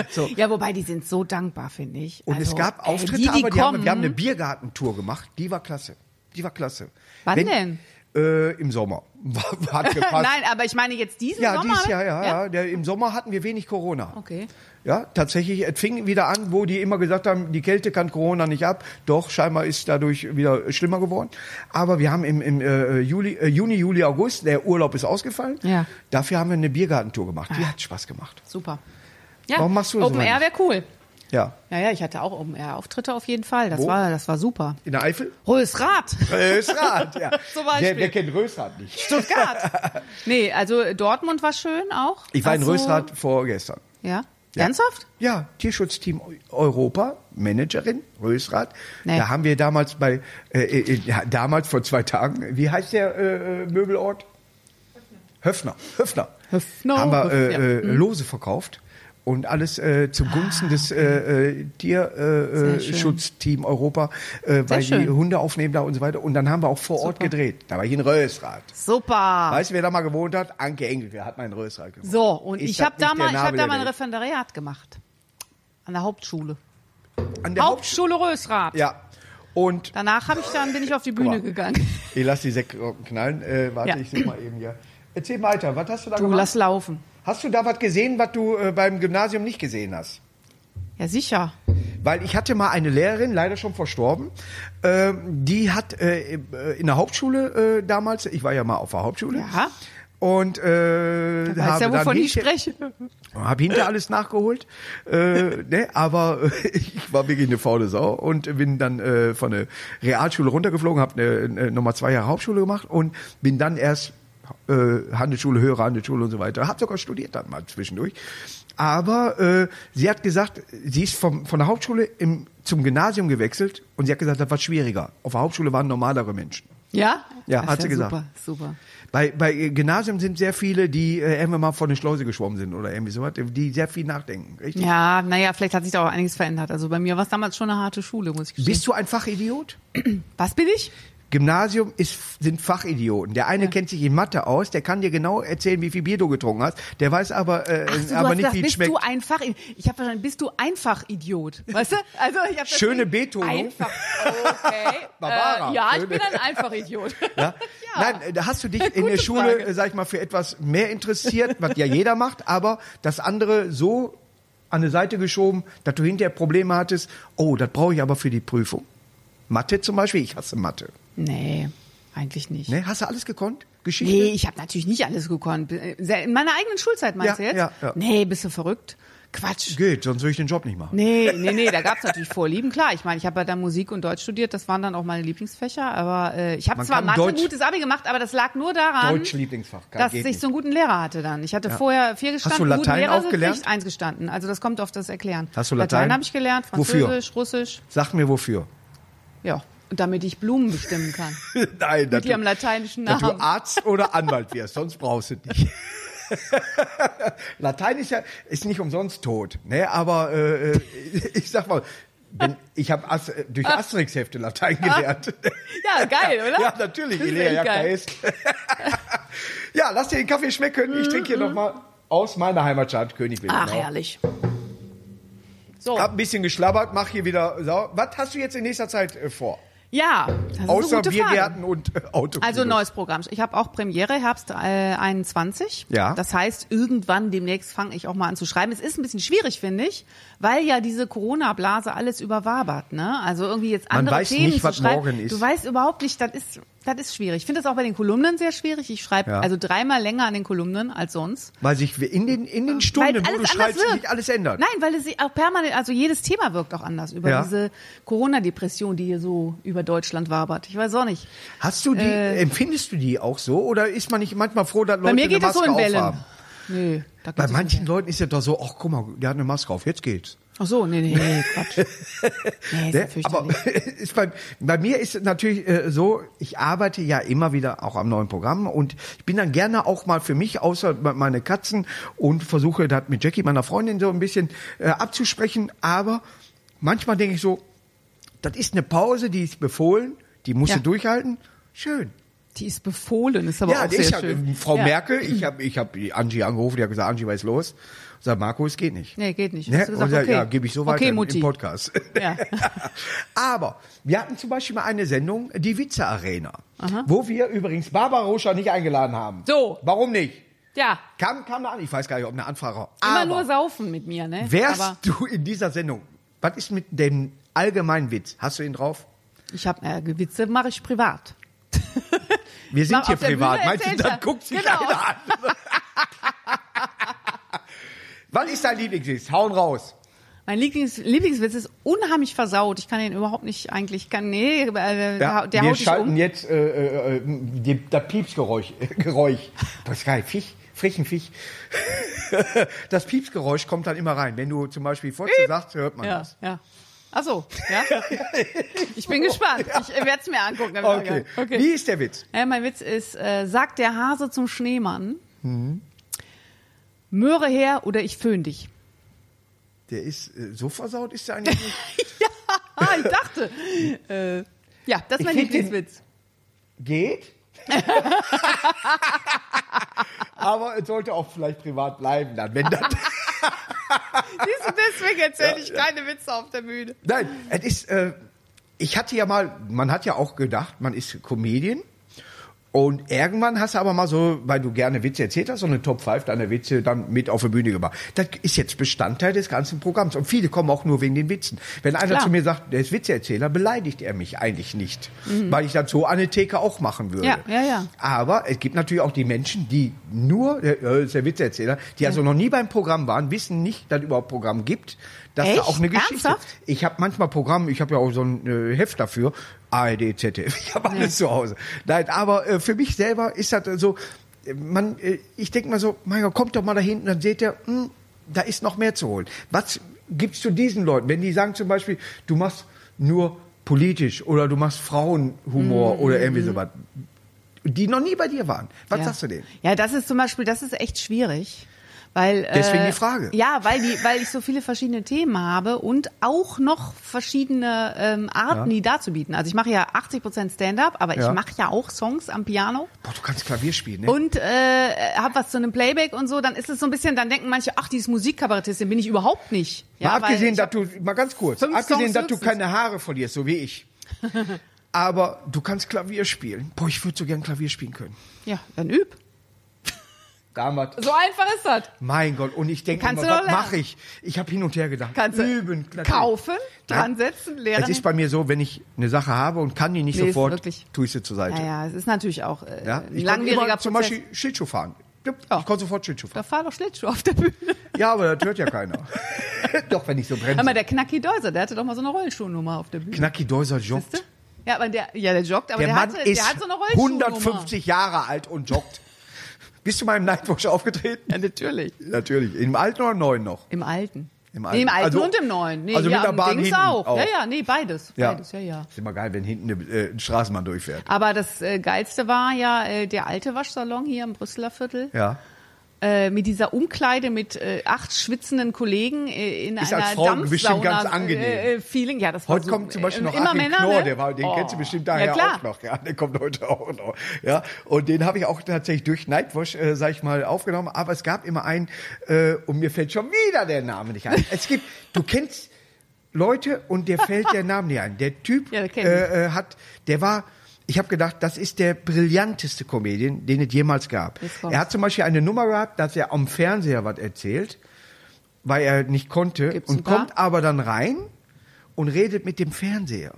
[SPEAKER 1] so.
[SPEAKER 2] Ja, wobei die sind so dankbar, finde ich.
[SPEAKER 1] Und es
[SPEAKER 2] Also,
[SPEAKER 1] gab
[SPEAKER 2] ey,
[SPEAKER 1] Auftritte,
[SPEAKER 2] die, die
[SPEAKER 1] aber die haben,
[SPEAKER 2] kommen,
[SPEAKER 1] wir haben eine Biergartentour gemacht. Die war klasse. Die war klasse.
[SPEAKER 2] Wann
[SPEAKER 1] Wenn- Äh, Im Sommer. *laughs* Hat gepasst.
[SPEAKER 2] *laughs* Nein, aber ich meine jetzt diesen
[SPEAKER 1] ja,
[SPEAKER 2] Sommer. ne?
[SPEAKER 1] dies Jahr, ja,
[SPEAKER 2] ja.
[SPEAKER 1] ja. Der, Im Sommer hatten wir wenig Corona.
[SPEAKER 2] Okay.
[SPEAKER 1] Ja, tatsächlich. Es fing wieder an, wo die immer gesagt haben, die Kälte kann Corona nicht ab. Doch, scheinbar ist dadurch wieder schlimmer geworden. Aber wir haben im, im äh, Juli, äh, Juni, Juli, August, der Urlaub ist ausgefallen.
[SPEAKER 2] Ja. Ah.
[SPEAKER 1] Dafür haben wir eine Biergartentour gemacht. Die hat Spaß gemacht.
[SPEAKER 2] Super. Ja,
[SPEAKER 1] Warum machst du das
[SPEAKER 2] Open
[SPEAKER 1] immer
[SPEAKER 2] Air wäre cool.
[SPEAKER 1] Ja.
[SPEAKER 2] Naja, ich hatte auch Open Air Auftritte auf jeden Fall. Das
[SPEAKER 1] Wo?
[SPEAKER 2] war, das war super.
[SPEAKER 1] In der
[SPEAKER 2] *laughs*
[SPEAKER 1] Eifel?
[SPEAKER 2] Rösrath.
[SPEAKER 1] Rösrad, ja.
[SPEAKER 2] Zum Beispiel.
[SPEAKER 1] Wer, wer kennt Rösrad nicht? *laughs*
[SPEAKER 2] Stuttgart. Nee, also Dortmund war schön auch.
[SPEAKER 1] Ich war in
[SPEAKER 2] Also,
[SPEAKER 1] Rösrad vorgestern.
[SPEAKER 2] Ja. Ernsthaft?
[SPEAKER 1] Ja, Tierschutzteam Europa, Managerin, Rösrath.
[SPEAKER 2] Nee.
[SPEAKER 1] Da haben wir damals bei, äh, äh, ja, damals vor zwei Tagen, wie heißt der äh, äh, Möbelort? Höfner. Höfner.
[SPEAKER 2] Höfner, Mhm.
[SPEAKER 1] Haben wir äh,
[SPEAKER 2] Höfner,
[SPEAKER 1] äh, Lose verkauft und alles äh, zugunsten des äh, äh,
[SPEAKER 2] Ah, Sehr
[SPEAKER 1] Tierschutzteam äh,
[SPEAKER 2] schön.
[SPEAKER 1] Schutzteam Europa, äh, weil die
[SPEAKER 2] schön.
[SPEAKER 1] Hunde aufnehmen da und so weiter. Und dann haben wir auch vor Ort gedreht. Da war ich in Rösrath.
[SPEAKER 2] Super.
[SPEAKER 1] Weißt du, wer da mal gewohnt hat? Anke Engel, wer hat mal in Rösrath gewohnt?
[SPEAKER 2] Ah. So, und
[SPEAKER 1] Ist
[SPEAKER 2] ich
[SPEAKER 1] das
[SPEAKER 2] habe da
[SPEAKER 1] nicht der
[SPEAKER 2] mal, ich hab
[SPEAKER 1] Nabel
[SPEAKER 2] da
[SPEAKER 1] der
[SPEAKER 2] mal ein
[SPEAKER 1] Welt?
[SPEAKER 2] Referendariat gemacht. An der Hauptschule.
[SPEAKER 1] An der Hauptschule.
[SPEAKER 2] Hauptschule Rösrath.
[SPEAKER 1] Ja. Und
[SPEAKER 2] Danach habe ich dann bin ich auf die
[SPEAKER 1] mal.
[SPEAKER 2] Bühne gegangen.
[SPEAKER 1] Ich lass die Säckrocken knallen. Äh, warte,
[SPEAKER 2] Ja.
[SPEAKER 1] ich such mal eben hier. Erzähl weiter, was hast du da
[SPEAKER 2] Du
[SPEAKER 1] gemacht?
[SPEAKER 2] lass laufen.
[SPEAKER 1] hast du da was gesehen, was du äh, beim Gymnasium nicht gesehen hast?
[SPEAKER 2] Ja, sicher.
[SPEAKER 1] Weil ich hatte mal eine Lehrerin, leider schon verstorben, ähm, die hat äh, äh, in der Hauptschule äh, damals, ich war ja mal auf der Hauptschule,
[SPEAKER 2] Ja.
[SPEAKER 1] und äh,
[SPEAKER 2] Weißt ja,
[SPEAKER 1] dann
[SPEAKER 2] wovon ich
[SPEAKER 1] hinter-
[SPEAKER 2] spreche.
[SPEAKER 1] Hab hinter alles nachgeholt, äh, ne, aber äh, *laughs* ich war wirklich eine faule Sau und bin dann äh, von der Realschule runtergeflogen, habe eine, eine nochmal zwei Jahre Hauptschule gemacht und bin dann erst äh, Handelsschule, höhere Handelsschule und so weiter. Hab sogar studiert dann mal zwischendurch. Aber äh, sie hat gesagt, sie ist vom, von der Hauptschule im, zum Gymnasium gewechselt und sie hat gesagt, das war schwieriger. Auf der Hauptschule waren normalere Menschen.
[SPEAKER 2] Ja?
[SPEAKER 1] Ja,
[SPEAKER 2] Das
[SPEAKER 1] hat
[SPEAKER 2] ist
[SPEAKER 1] sie gesagt.
[SPEAKER 2] Super, super.
[SPEAKER 1] Bei, bei Gymnasium sind sehr viele, die äh, irgendwann mal vor eine Schleuse geschwommen sind oder irgendwie sowas, die sehr viel nachdenken. Richtig?
[SPEAKER 2] Ja, naja, vielleicht hat sich da auch einiges verändert. Also bei mir war es damals schon eine harte Schule, muss ich gestehen.
[SPEAKER 1] Bist du ein Fachidiot?
[SPEAKER 2] Was bin ich?
[SPEAKER 1] Gymnasium ist, sind Fachidioten. Der eine kennt sich in Mathe aus, der kann dir genau erzählen, wie viel Bier du getrunken hast. Der weiß aber, äh,
[SPEAKER 2] Ach so, du
[SPEAKER 1] aber
[SPEAKER 2] hast
[SPEAKER 1] nicht,
[SPEAKER 2] gesagt,
[SPEAKER 1] wie es
[SPEAKER 2] bist
[SPEAKER 1] schmeckt.
[SPEAKER 2] du einfach, ich habe verstanden, bist du einfach Idiot, weißt du? Also ich habe
[SPEAKER 1] Schöne Betonung.
[SPEAKER 2] Einfach, okay.
[SPEAKER 1] *laughs* Barbara,
[SPEAKER 2] äh, ja, ich
[SPEAKER 1] schöne.
[SPEAKER 2] bin ein einfach Idiot.
[SPEAKER 1] *laughs* Ja?
[SPEAKER 2] *laughs*
[SPEAKER 1] Nein, äh, da hast du dich in der
[SPEAKER 2] Gute
[SPEAKER 1] Schule,
[SPEAKER 2] Frage.
[SPEAKER 1] äh, sag ich mal, für etwas mehr interessiert, was ja jeder macht, aber das andere so an die Seite geschoben, dass du hinterher Probleme hattest. Oh, das brauche ich aber für die Prüfung. Mathe zum Beispiel, ich hasse Mathe.
[SPEAKER 2] Nee, eigentlich nicht.
[SPEAKER 1] Ne? Hast du alles gekonnt? Geschichte?
[SPEAKER 2] Nee, ich habe natürlich nicht alles gekonnt. Äh, In meiner eigenen Schulzeit meinst
[SPEAKER 1] Ja,
[SPEAKER 2] du jetzt?
[SPEAKER 1] ja, ja.
[SPEAKER 2] Nee, bist du verrückt? Quatsch.
[SPEAKER 1] Geht, sonst würde ich den Job nicht machen.
[SPEAKER 2] Nee, nee, nee, da gab's natürlich Vorlieben. Klar, ich meine, ich habe ja dann Musik und Deutsch studiert, das waren dann auch meine Lieblingsfächer, aber äh, ich habe
[SPEAKER 1] Man
[SPEAKER 2] zwar
[SPEAKER 1] kann
[SPEAKER 2] Mathe
[SPEAKER 1] Deutsch-
[SPEAKER 2] gutes Abi gemacht, aber das lag nur daran,
[SPEAKER 1] Deutsch Lieblingsfach, kann-
[SPEAKER 2] dass
[SPEAKER 1] geht
[SPEAKER 2] ich
[SPEAKER 1] nicht.
[SPEAKER 2] so einen guten Lehrer hatte dann. Ich hatte vorher vier
[SPEAKER 1] du
[SPEAKER 2] gestanden,
[SPEAKER 1] Latein
[SPEAKER 2] guten Lehrer
[SPEAKER 1] auch gelernt?
[SPEAKER 2] gekriegt, eins gestanden. Also das kommt auf das Erklären.
[SPEAKER 1] Hast du Latein?
[SPEAKER 2] Latein habe ich gelernt,
[SPEAKER 1] Wofür?
[SPEAKER 2] Französisch, Russisch,
[SPEAKER 1] Sag mir wofür.
[SPEAKER 2] ja. Und damit ich Blumen bestimmen kann.
[SPEAKER 1] *laughs* Nein, dass
[SPEAKER 2] die
[SPEAKER 1] du-
[SPEAKER 2] am lateinischen
[SPEAKER 1] dass du
[SPEAKER 2] Namen.
[SPEAKER 1] Arzt oder Anwalt wirst, sonst brauchst du es
[SPEAKER 2] *laughs*
[SPEAKER 1] nicht. Latein ist ja ist nicht umsonst tot, ne? Aber äh, äh, ich sag mal, wenn, ich habe As äh, durch Asterix-Hefte Latein gelernt.
[SPEAKER 2] Ah. *laughs* Ja, geil, oder?
[SPEAKER 1] ja, natürlich,
[SPEAKER 2] Das ist
[SPEAKER 1] Ilea
[SPEAKER 2] echt
[SPEAKER 1] Jagda
[SPEAKER 2] geil.
[SPEAKER 1] ist.
[SPEAKER 2] *laughs*
[SPEAKER 1] ja, lass dir den Kaffee
[SPEAKER 2] Mhm.
[SPEAKER 1] schmecken. Ich trinke hier nochmal aus meiner Heimatstadt Königsberg.
[SPEAKER 2] Ach,
[SPEAKER 1] Genau.
[SPEAKER 2] herrlich. So.
[SPEAKER 1] ne? Hab ein bisschen geschlabbert, mach hier wieder sauer. Was hast du jetzt in nächster Zeit äh, vor?
[SPEAKER 2] Ja, das ist eine
[SPEAKER 1] Außer
[SPEAKER 2] gute Frage.
[SPEAKER 1] Biergärten und äh, Autos.
[SPEAKER 2] Also neues Programm. Ich habe auch Premiere Herbst äh, 21.
[SPEAKER 1] Ja.
[SPEAKER 2] Das heißt, irgendwann demnächst fange ich auch mal an zu schreiben. Es ist ein bisschen schwierig, finde ich, weil ja diese Corona-Blase alles überwabert. Ne? Also irgendwie jetzt
[SPEAKER 1] Man
[SPEAKER 2] andere
[SPEAKER 1] weiß
[SPEAKER 2] Themen
[SPEAKER 1] nicht,
[SPEAKER 2] zu
[SPEAKER 1] was
[SPEAKER 2] schreiben.
[SPEAKER 1] morgen ist.
[SPEAKER 2] Du weißt überhaupt nicht, das ist, das ist schwierig. Ich finde das auch bei den Kolumnen sehr schwierig. Ich schreibe
[SPEAKER 1] Ja.
[SPEAKER 2] also dreimal länger an den Kolumnen als sonst.
[SPEAKER 1] Weil sich in den, in den
[SPEAKER 2] Weil
[SPEAKER 1] Stunden, wo du
[SPEAKER 2] alles anders
[SPEAKER 1] schreibst,
[SPEAKER 2] wirkt.
[SPEAKER 1] sich alles ändert.
[SPEAKER 2] Nein, weil es sich auch permanent, also jedes Thema wirkt auch anders über
[SPEAKER 1] Ja.
[SPEAKER 2] diese Corona-Depression, die hier so über Deutschland wabert. Ich weiß auch nicht.
[SPEAKER 1] Hast du die, empfindest du die auch so? Oder ist man nicht manchmal froh, dass Leute
[SPEAKER 2] äh, Bei mir geht
[SPEAKER 1] eine
[SPEAKER 2] es so
[SPEAKER 1] Maske
[SPEAKER 2] in Wellen.
[SPEAKER 1] aufhaben?
[SPEAKER 2] Nee, da geht
[SPEAKER 1] Bei
[SPEAKER 2] es in
[SPEAKER 1] manchen
[SPEAKER 2] Wellen.
[SPEAKER 1] Leuten ist ja doch so, ach guck mal, der hat eine Maske auf, jetzt geht's.
[SPEAKER 2] Ach so, nee, nee, nee,
[SPEAKER 1] *laughs*
[SPEAKER 2] Quatsch. Nee, ist ja
[SPEAKER 1] Ne? Aber
[SPEAKER 2] fürchterlich.
[SPEAKER 1] *laughs* ist bei, bei mir ist es natürlich äh, so, ich arbeite ja immer wieder auch am neuen Programm und ich bin dann gerne auch mal für mich, außer me- meine Katzen und versuche das mit Jackie, meiner Freundin, so ein bisschen äh, abzusprechen. Aber manchmal denke ich so, das ist eine Pause, die ist befohlen, die musst
[SPEAKER 2] Ja.
[SPEAKER 1] du durchhalten. Schön.
[SPEAKER 2] Die ist befohlen, ist aber
[SPEAKER 1] ja,
[SPEAKER 2] auch
[SPEAKER 1] ich
[SPEAKER 2] sehr
[SPEAKER 1] hab,
[SPEAKER 2] schön.
[SPEAKER 1] Frau
[SPEAKER 2] ja. Mhm.
[SPEAKER 1] Merkel, ich habe ich hab die Angie angerufen, die hat gesagt, Angie, weiß los. Sag Marco, es geht nicht.
[SPEAKER 2] Nee, geht nicht.
[SPEAKER 1] Ne?
[SPEAKER 2] Hast du gesagt,
[SPEAKER 1] Und ja,
[SPEAKER 2] okay.
[SPEAKER 1] Ja, gebe ich so
[SPEAKER 2] Okay,
[SPEAKER 1] weiter im-
[SPEAKER 2] Mutti.
[SPEAKER 1] im Podcast.
[SPEAKER 2] Ja.
[SPEAKER 1] *laughs* Aber wir hatten zum Beispiel mal eine Sendung, die Witze Arena, wo wir übrigens Barbara Roscher nicht eingeladen haben.
[SPEAKER 2] So.
[SPEAKER 1] Warum nicht?
[SPEAKER 2] Ja,
[SPEAKER 1] Kam, kam eine an, ich weiß gar nicht, ob eine Anfrage.
[SPEAKER 2] immer
[SPEAKER 1] Aber
[SPEAKER 2] nur saufen mit mir, ne?
[SPEAKER 1] wärst
[SPEAKER 2] aber
[SPEAKER 1] du in dieser Sendung, was ist mit dem allgemeinen Witz? Hast du ihn drauf?
[SPEAKER 2] ich habe äh, Witze mache ich privat.
[SPEAKER 1] Wir sind
[SPEAKER 2] Mach
[SPEAKER 1] hier
[SPEAKER 2] auf der
[SPEAKER 1] privat.
[SPEAKER 2] Bühne,
[SPEAKER 1] Meinst du,
[SPEAKER 2] erzähl's ja.
[SPEAKER 1] dann guckt sich
[SPEAKER 2] Genau.
[SPEAKER 1] einer an? *laughs* was ist dein Lieblingswitz? Hauen raus.
[SPEAKER 2] Mein Lieblings Lieblingswitz ist unheimlich versaut. Ich kann den überhaupt nicht eigentlich kann nee, äh,
[SPEAKER 1] Ja,
[SPEAKER 2] der, der
[SPEAKER 1] wir
[SPEAKER 2] haut dich
[SPEAKER 1] schalten
[SPEAKER 2] um.
[SPEAKER 1] jetzt äh, äh, äh, die, das Piepsgeräusch. äh, Geräusch. Das geil, Fisch, frischen Fisch. *laughs* das Piepsgeräusch kommt dann immer rein. Wenn du zum Beispiel Fotze sagst, hört man
[SPEAKER 2] Ja,
[SPEAKER 1] das.
[SPEAKER 2] ja. Ach so,
[SPEAKER 1] *laughs*
[SPEAKER 2] ja. Ich bin gespannt. Ich werde es mir angucken. hab ich mal
[SPEAKER 1] Okay.
[SPEAKER 2] gesagt.
[SPEAKER 1] Wie ist der Witz?
[SPEAKER 2] Ja, mein Witz ist, äh, sagt der Hase zum Schneemann, Möhre her oder ich föhn dich. *laughs*
[SPEAKER 1] Der ist äh, so versaut, ist der eigentlich nicht.
[SPEAKER 2] *laughs* Ah, ich dachte. äh, ja, das ist
[SPEAKER 1] Ich
[SPEAKER 2] mein
[SPEAKER 1] find den-
[SPEAKER 2] Lieblingswitz. *laughs*
[SPEAKER 1] Geht. Aber es sollte auch vielleicht privat bleiben dann, wenn
[SPEAKER 2] *laughs*
[SPEAKER 1] dann.
[SPEAKER 2] Siehst du, deswegen
[SPEAKER 1] *laughs*
[SPEAKER 2] erzähle ich keine Witze auf der Bühne.
[SPEAKER 1] Nein, es ist, äh, ich hatte ja mal, man hat ja auch gedacht, man ist Comedian. Und irgendwann hast du aber mal so, weil du gerne Witze erzählt hast, so eine Top 5 deiner Witze dann mit auf die Bühne gemacht. Das ist jetzt Bestandteil des ganzen Programms. Und viele kommen auch nur wegen den Witzen. Wenn einer
[SPEAKER 2] Klar.
[SPEAKER 1] zu mir sagt, der ist Witzeerzähler, beleidigt er mich eigentlich nicht. Weil ich das so an der Theke auch machen würde.
[SPEAKER 2] Mhm. Ja, ja, ja.
[SPEAKER 1] Aber es gibt natürlich auch die Menschen, die nur, äh, das ist der Witzeerzähler, die also noch nie beim Programm waren, wissen nicht, dass es überhaupt Programm gibt, dass da
[SPEAKER 2] Echt?
[SPEAKER 1] auch eine Geschichte
[SPEAKER 2] Ernsthaft?
[SPEAKER 1] ich habe manchmal Programm, ich habe ja auch so ein äh, Heft dafür, ARD, ZDF, *laughs* ich habe alles zu Hause. Nein, aber äh, für mich selber ist das äh, so, äh, man, äh, ich denke mal so, mein Gott, kommt doch mal da hinten, dann seht ihr, hm, da ist noch mehr zu holen. Was gibst du diesen Leuten, wenn die sagen zum Beispiel, du machst nur politisch oder du machst Frauenhumor
[SPEAKER 2] Mhm,
[SPEAKER 1] oder irgendwie sowas, die noch nie bei dir waren. Was
[SPEAKER 2] ja.
[SPEAKER 1] sagst du denen?
[SPEAKER 2] Ja, das ist zum Beispiel, das ist echt schwierig. Weil,
[SPEAKER 1] Deswegen
[SPEAKER 2] äh,
[SPEAKER 1] die Frage.
[SPEAKER 2] Ja, weil, die, weil ich so viele verschiedene Themen habe und auch noch verschiedene ähm, Arten, die darzubieten. Also ich mache ja 80% Stand-up, aber
[SPEAKER 1] Ja.
[SPEAKER 2] ich mache ja auch Songs am Piano.
[SPEAKER 1] Boah, du kannst Klavier spielen, ne?
[SPEAKER 2] und äh, hab was zu einem Playback und so, dann ist es so ein bisschen, dann denken manche, ach, die ist Musikkabarettistin, bin ich überhaupt nicht.
[SPEAKER 1] mal
[SPEAKER 2] weil
[SPEAKER 1] abgesehen,
[SPEAKER 2] ich
[SPEAKER 1] dass du, mal ganz kurz,
[SPEAKER 2] fünf
[SPEAKER 1] abgesehen,
[SPEAKER 2] Songs
[SPEAKER 1] dass du
[SPEAKER 2] höchstens.
[SPEAKER 1] keine Haare verlierst, so wie
[SPEAKER 2] *laughs*
[SPEAKER 1] ich. Aber du kannst Klavier spielen. Boah, ich würde so gern Klavier spielen können.
[SPEAKER 2] ja, dann üb.
[SPEAKER 1] Damals.
[SPEAKER 2] So einfach ist das.
[SPEAKER 1] Mein Gott, und ich denke
[SPEAKER 2] Kannst
[SPEAKER 1] immer, was
[SPEAKER 2] du doch lernen.
[SPEAKER 1] mache ich? Ich habe hin und her gedacht.
[SPEAKER 2] Kannst du
[SPEAKER 1] Üben, natürlich.
[SPEAKER 2] kaufen, dran
[SPEAKER 1] Nein.
[SPEAKER 2] setzen,
[SPEAKER 1] Es
[SPEAKER 2] lehren.
[SPEAKER 1] ist bei mir so, wenn ich eine Sache habe und kann die nicht
[SPEAKER 2] Nee, ist
[SPEAKER 1] sofort,
[SPEAKER 2] wirklich-
[SPEAKER 1] tue ich sie zur Seite.
[SPEAKER 2] Naja, es ist natürlich auch äh,
[SPEAKER 1] Ja?
[SPEAKER 2] ein
[SPEAKER 1] Ich kann
[SPEAKER 2] langwieriger
[SPEAKER 1] immer
[SPEAKER 2] Prozess.
[SPEAKER 1] zum Beispiel Schlittschuh fahren. Ja,
[SPEAKER 2] Ja.
[SPEAKER 1] Ich konnte sofort Schlittschuh
[SPEAKER 2] da
[SPEAKER 1] fahren.
[SPEAKER 2] fahr doch Schlittschuh auf der Bühne.
[SPEAKER 1] *laughs* Ja, aber das hört ja
[SPEAKER 2] *laughs*
[SPEAKER 1] keiner. doch, wenn ich so bremse.
[SPEAKER 2] Hör mal, der Knacki Deuser, der hatte doch mal so eine Rollschuhnummer auf der Bühne.
[SPEAKER 1] Knacki Deuser joggt.
[SPEAKER 2] Siehste? Ja, aber der, ja, der joggt, aber
[SPEAKER 1] Der,
[SPEAKER 2] der,
[SPEAKER 1] Mann
[SPEAKER 2] hatte,
[SPEAKER 1] ist
[SPEAKER 2] der hat so eine Rollschuhnummer.
[SPEAKER 1] 150 Jahre alt und joggt. Bist du mal im Nightwatch aufgetreten?
[SPEAKER 2] Ja, natürlich.
[SPEAKER 1] Natürlich. Im alten oder neuen noch?
[SPEAKER 2] Im Alten.
[SPEAKER 1] Im
[SPEAKER 2] Im
[SPEAKER 1] Alten.
[SPEAKER 2] Alten, nee, im Alten
[SPEAKER 1] Also-
[SPEAKER 2] und im Neuen. Nee,
[SPEAKER 1] also
[SPEAKER 2] ja,
[SPEAKER 1] mit der
[SPEAKER 2] am
[SPEAKER 1] Bahn
[SPEAKER 2] Dings
[SPEAKER 1] hinten
[SPEAKER 2] auch.
[SPEAKER 1] auch.
[SPEAKER 2] Ja, ja, nee, beides. Beides, ja, ja.
[SPEAKER 1] Ist immer geil, wenn hinten eine, äh, ein Straßenbahn durchfährt.
[SPEAKER 2] Aber das äh, Geilste war ja äh, der alte Waschsalon hier im Brüsseler Viertel.
[SPEAKER 1] Ja.
[SPEAKER 2] Äh, mit dieser Umkleide mit äh, acht schwitzenden Kollegen äh, in
[SPEAKER 1] Ist
[SPEAKER 2] einer
[SPEAKER 1] als Frau bestimmt
[SPEAKER 2] Dampfsauna.
[SPEAKER 1] ganz angenehm.
[SPEAKER 2] Äh, äh, Feeling, ja, das war
[SPEAKER 1] Heute
[SPEAKER 2] so,
[SPEAKER 1] kommt zum Beispiel
[SPEAKER 2] äh,
[SPEAKER 1] noch
[SPEAKER 2] immer
[SPEAKER 1] Achim
[SPEAKER 2] Männer,
[SPEAKER 1] Knorr,
[SPEAKER 2] ne?
[SPEAKER 1] der war, den
[SPEAKER 2] Oh.
[SPEAKER 1] kennst du bestimmt daher
[SPEAKER 2] ja, klar.
[SPEAKER 1] auch noch. Ja, der kommt heute auch noch. Ja, und den habe ich auch tatsächlich durch Nightwatch, äh, sag ich mal, aufgenommen. Aber es gab immer einen, äh, und mir fällt schon wieder der Name nicht ein. Es gibt, du kennst, Leute und der fällt der Name nicht ein. Der Typ
[SPEAKER 2] Ja, kenn ich.
[SPEAKER 1] äh, äh, hat, der war, ich habe gedacht, das ist der brillanteste Comedian, den es jemals gab.
[SPEAKER 2] Jetzt kommt's.
[SPEAKER 1] Er hat zum Beispiel eine Nummer gehabt, dass er am Fernseher was erzählt, weil er nicht konnte
[SPEAKER 2] Gibt's ein
[SPEAKER 1] und
[SPEAKER 2] paar?
[SPEAKER 1] kommt aber dann rein und redet mit dem Fernseher.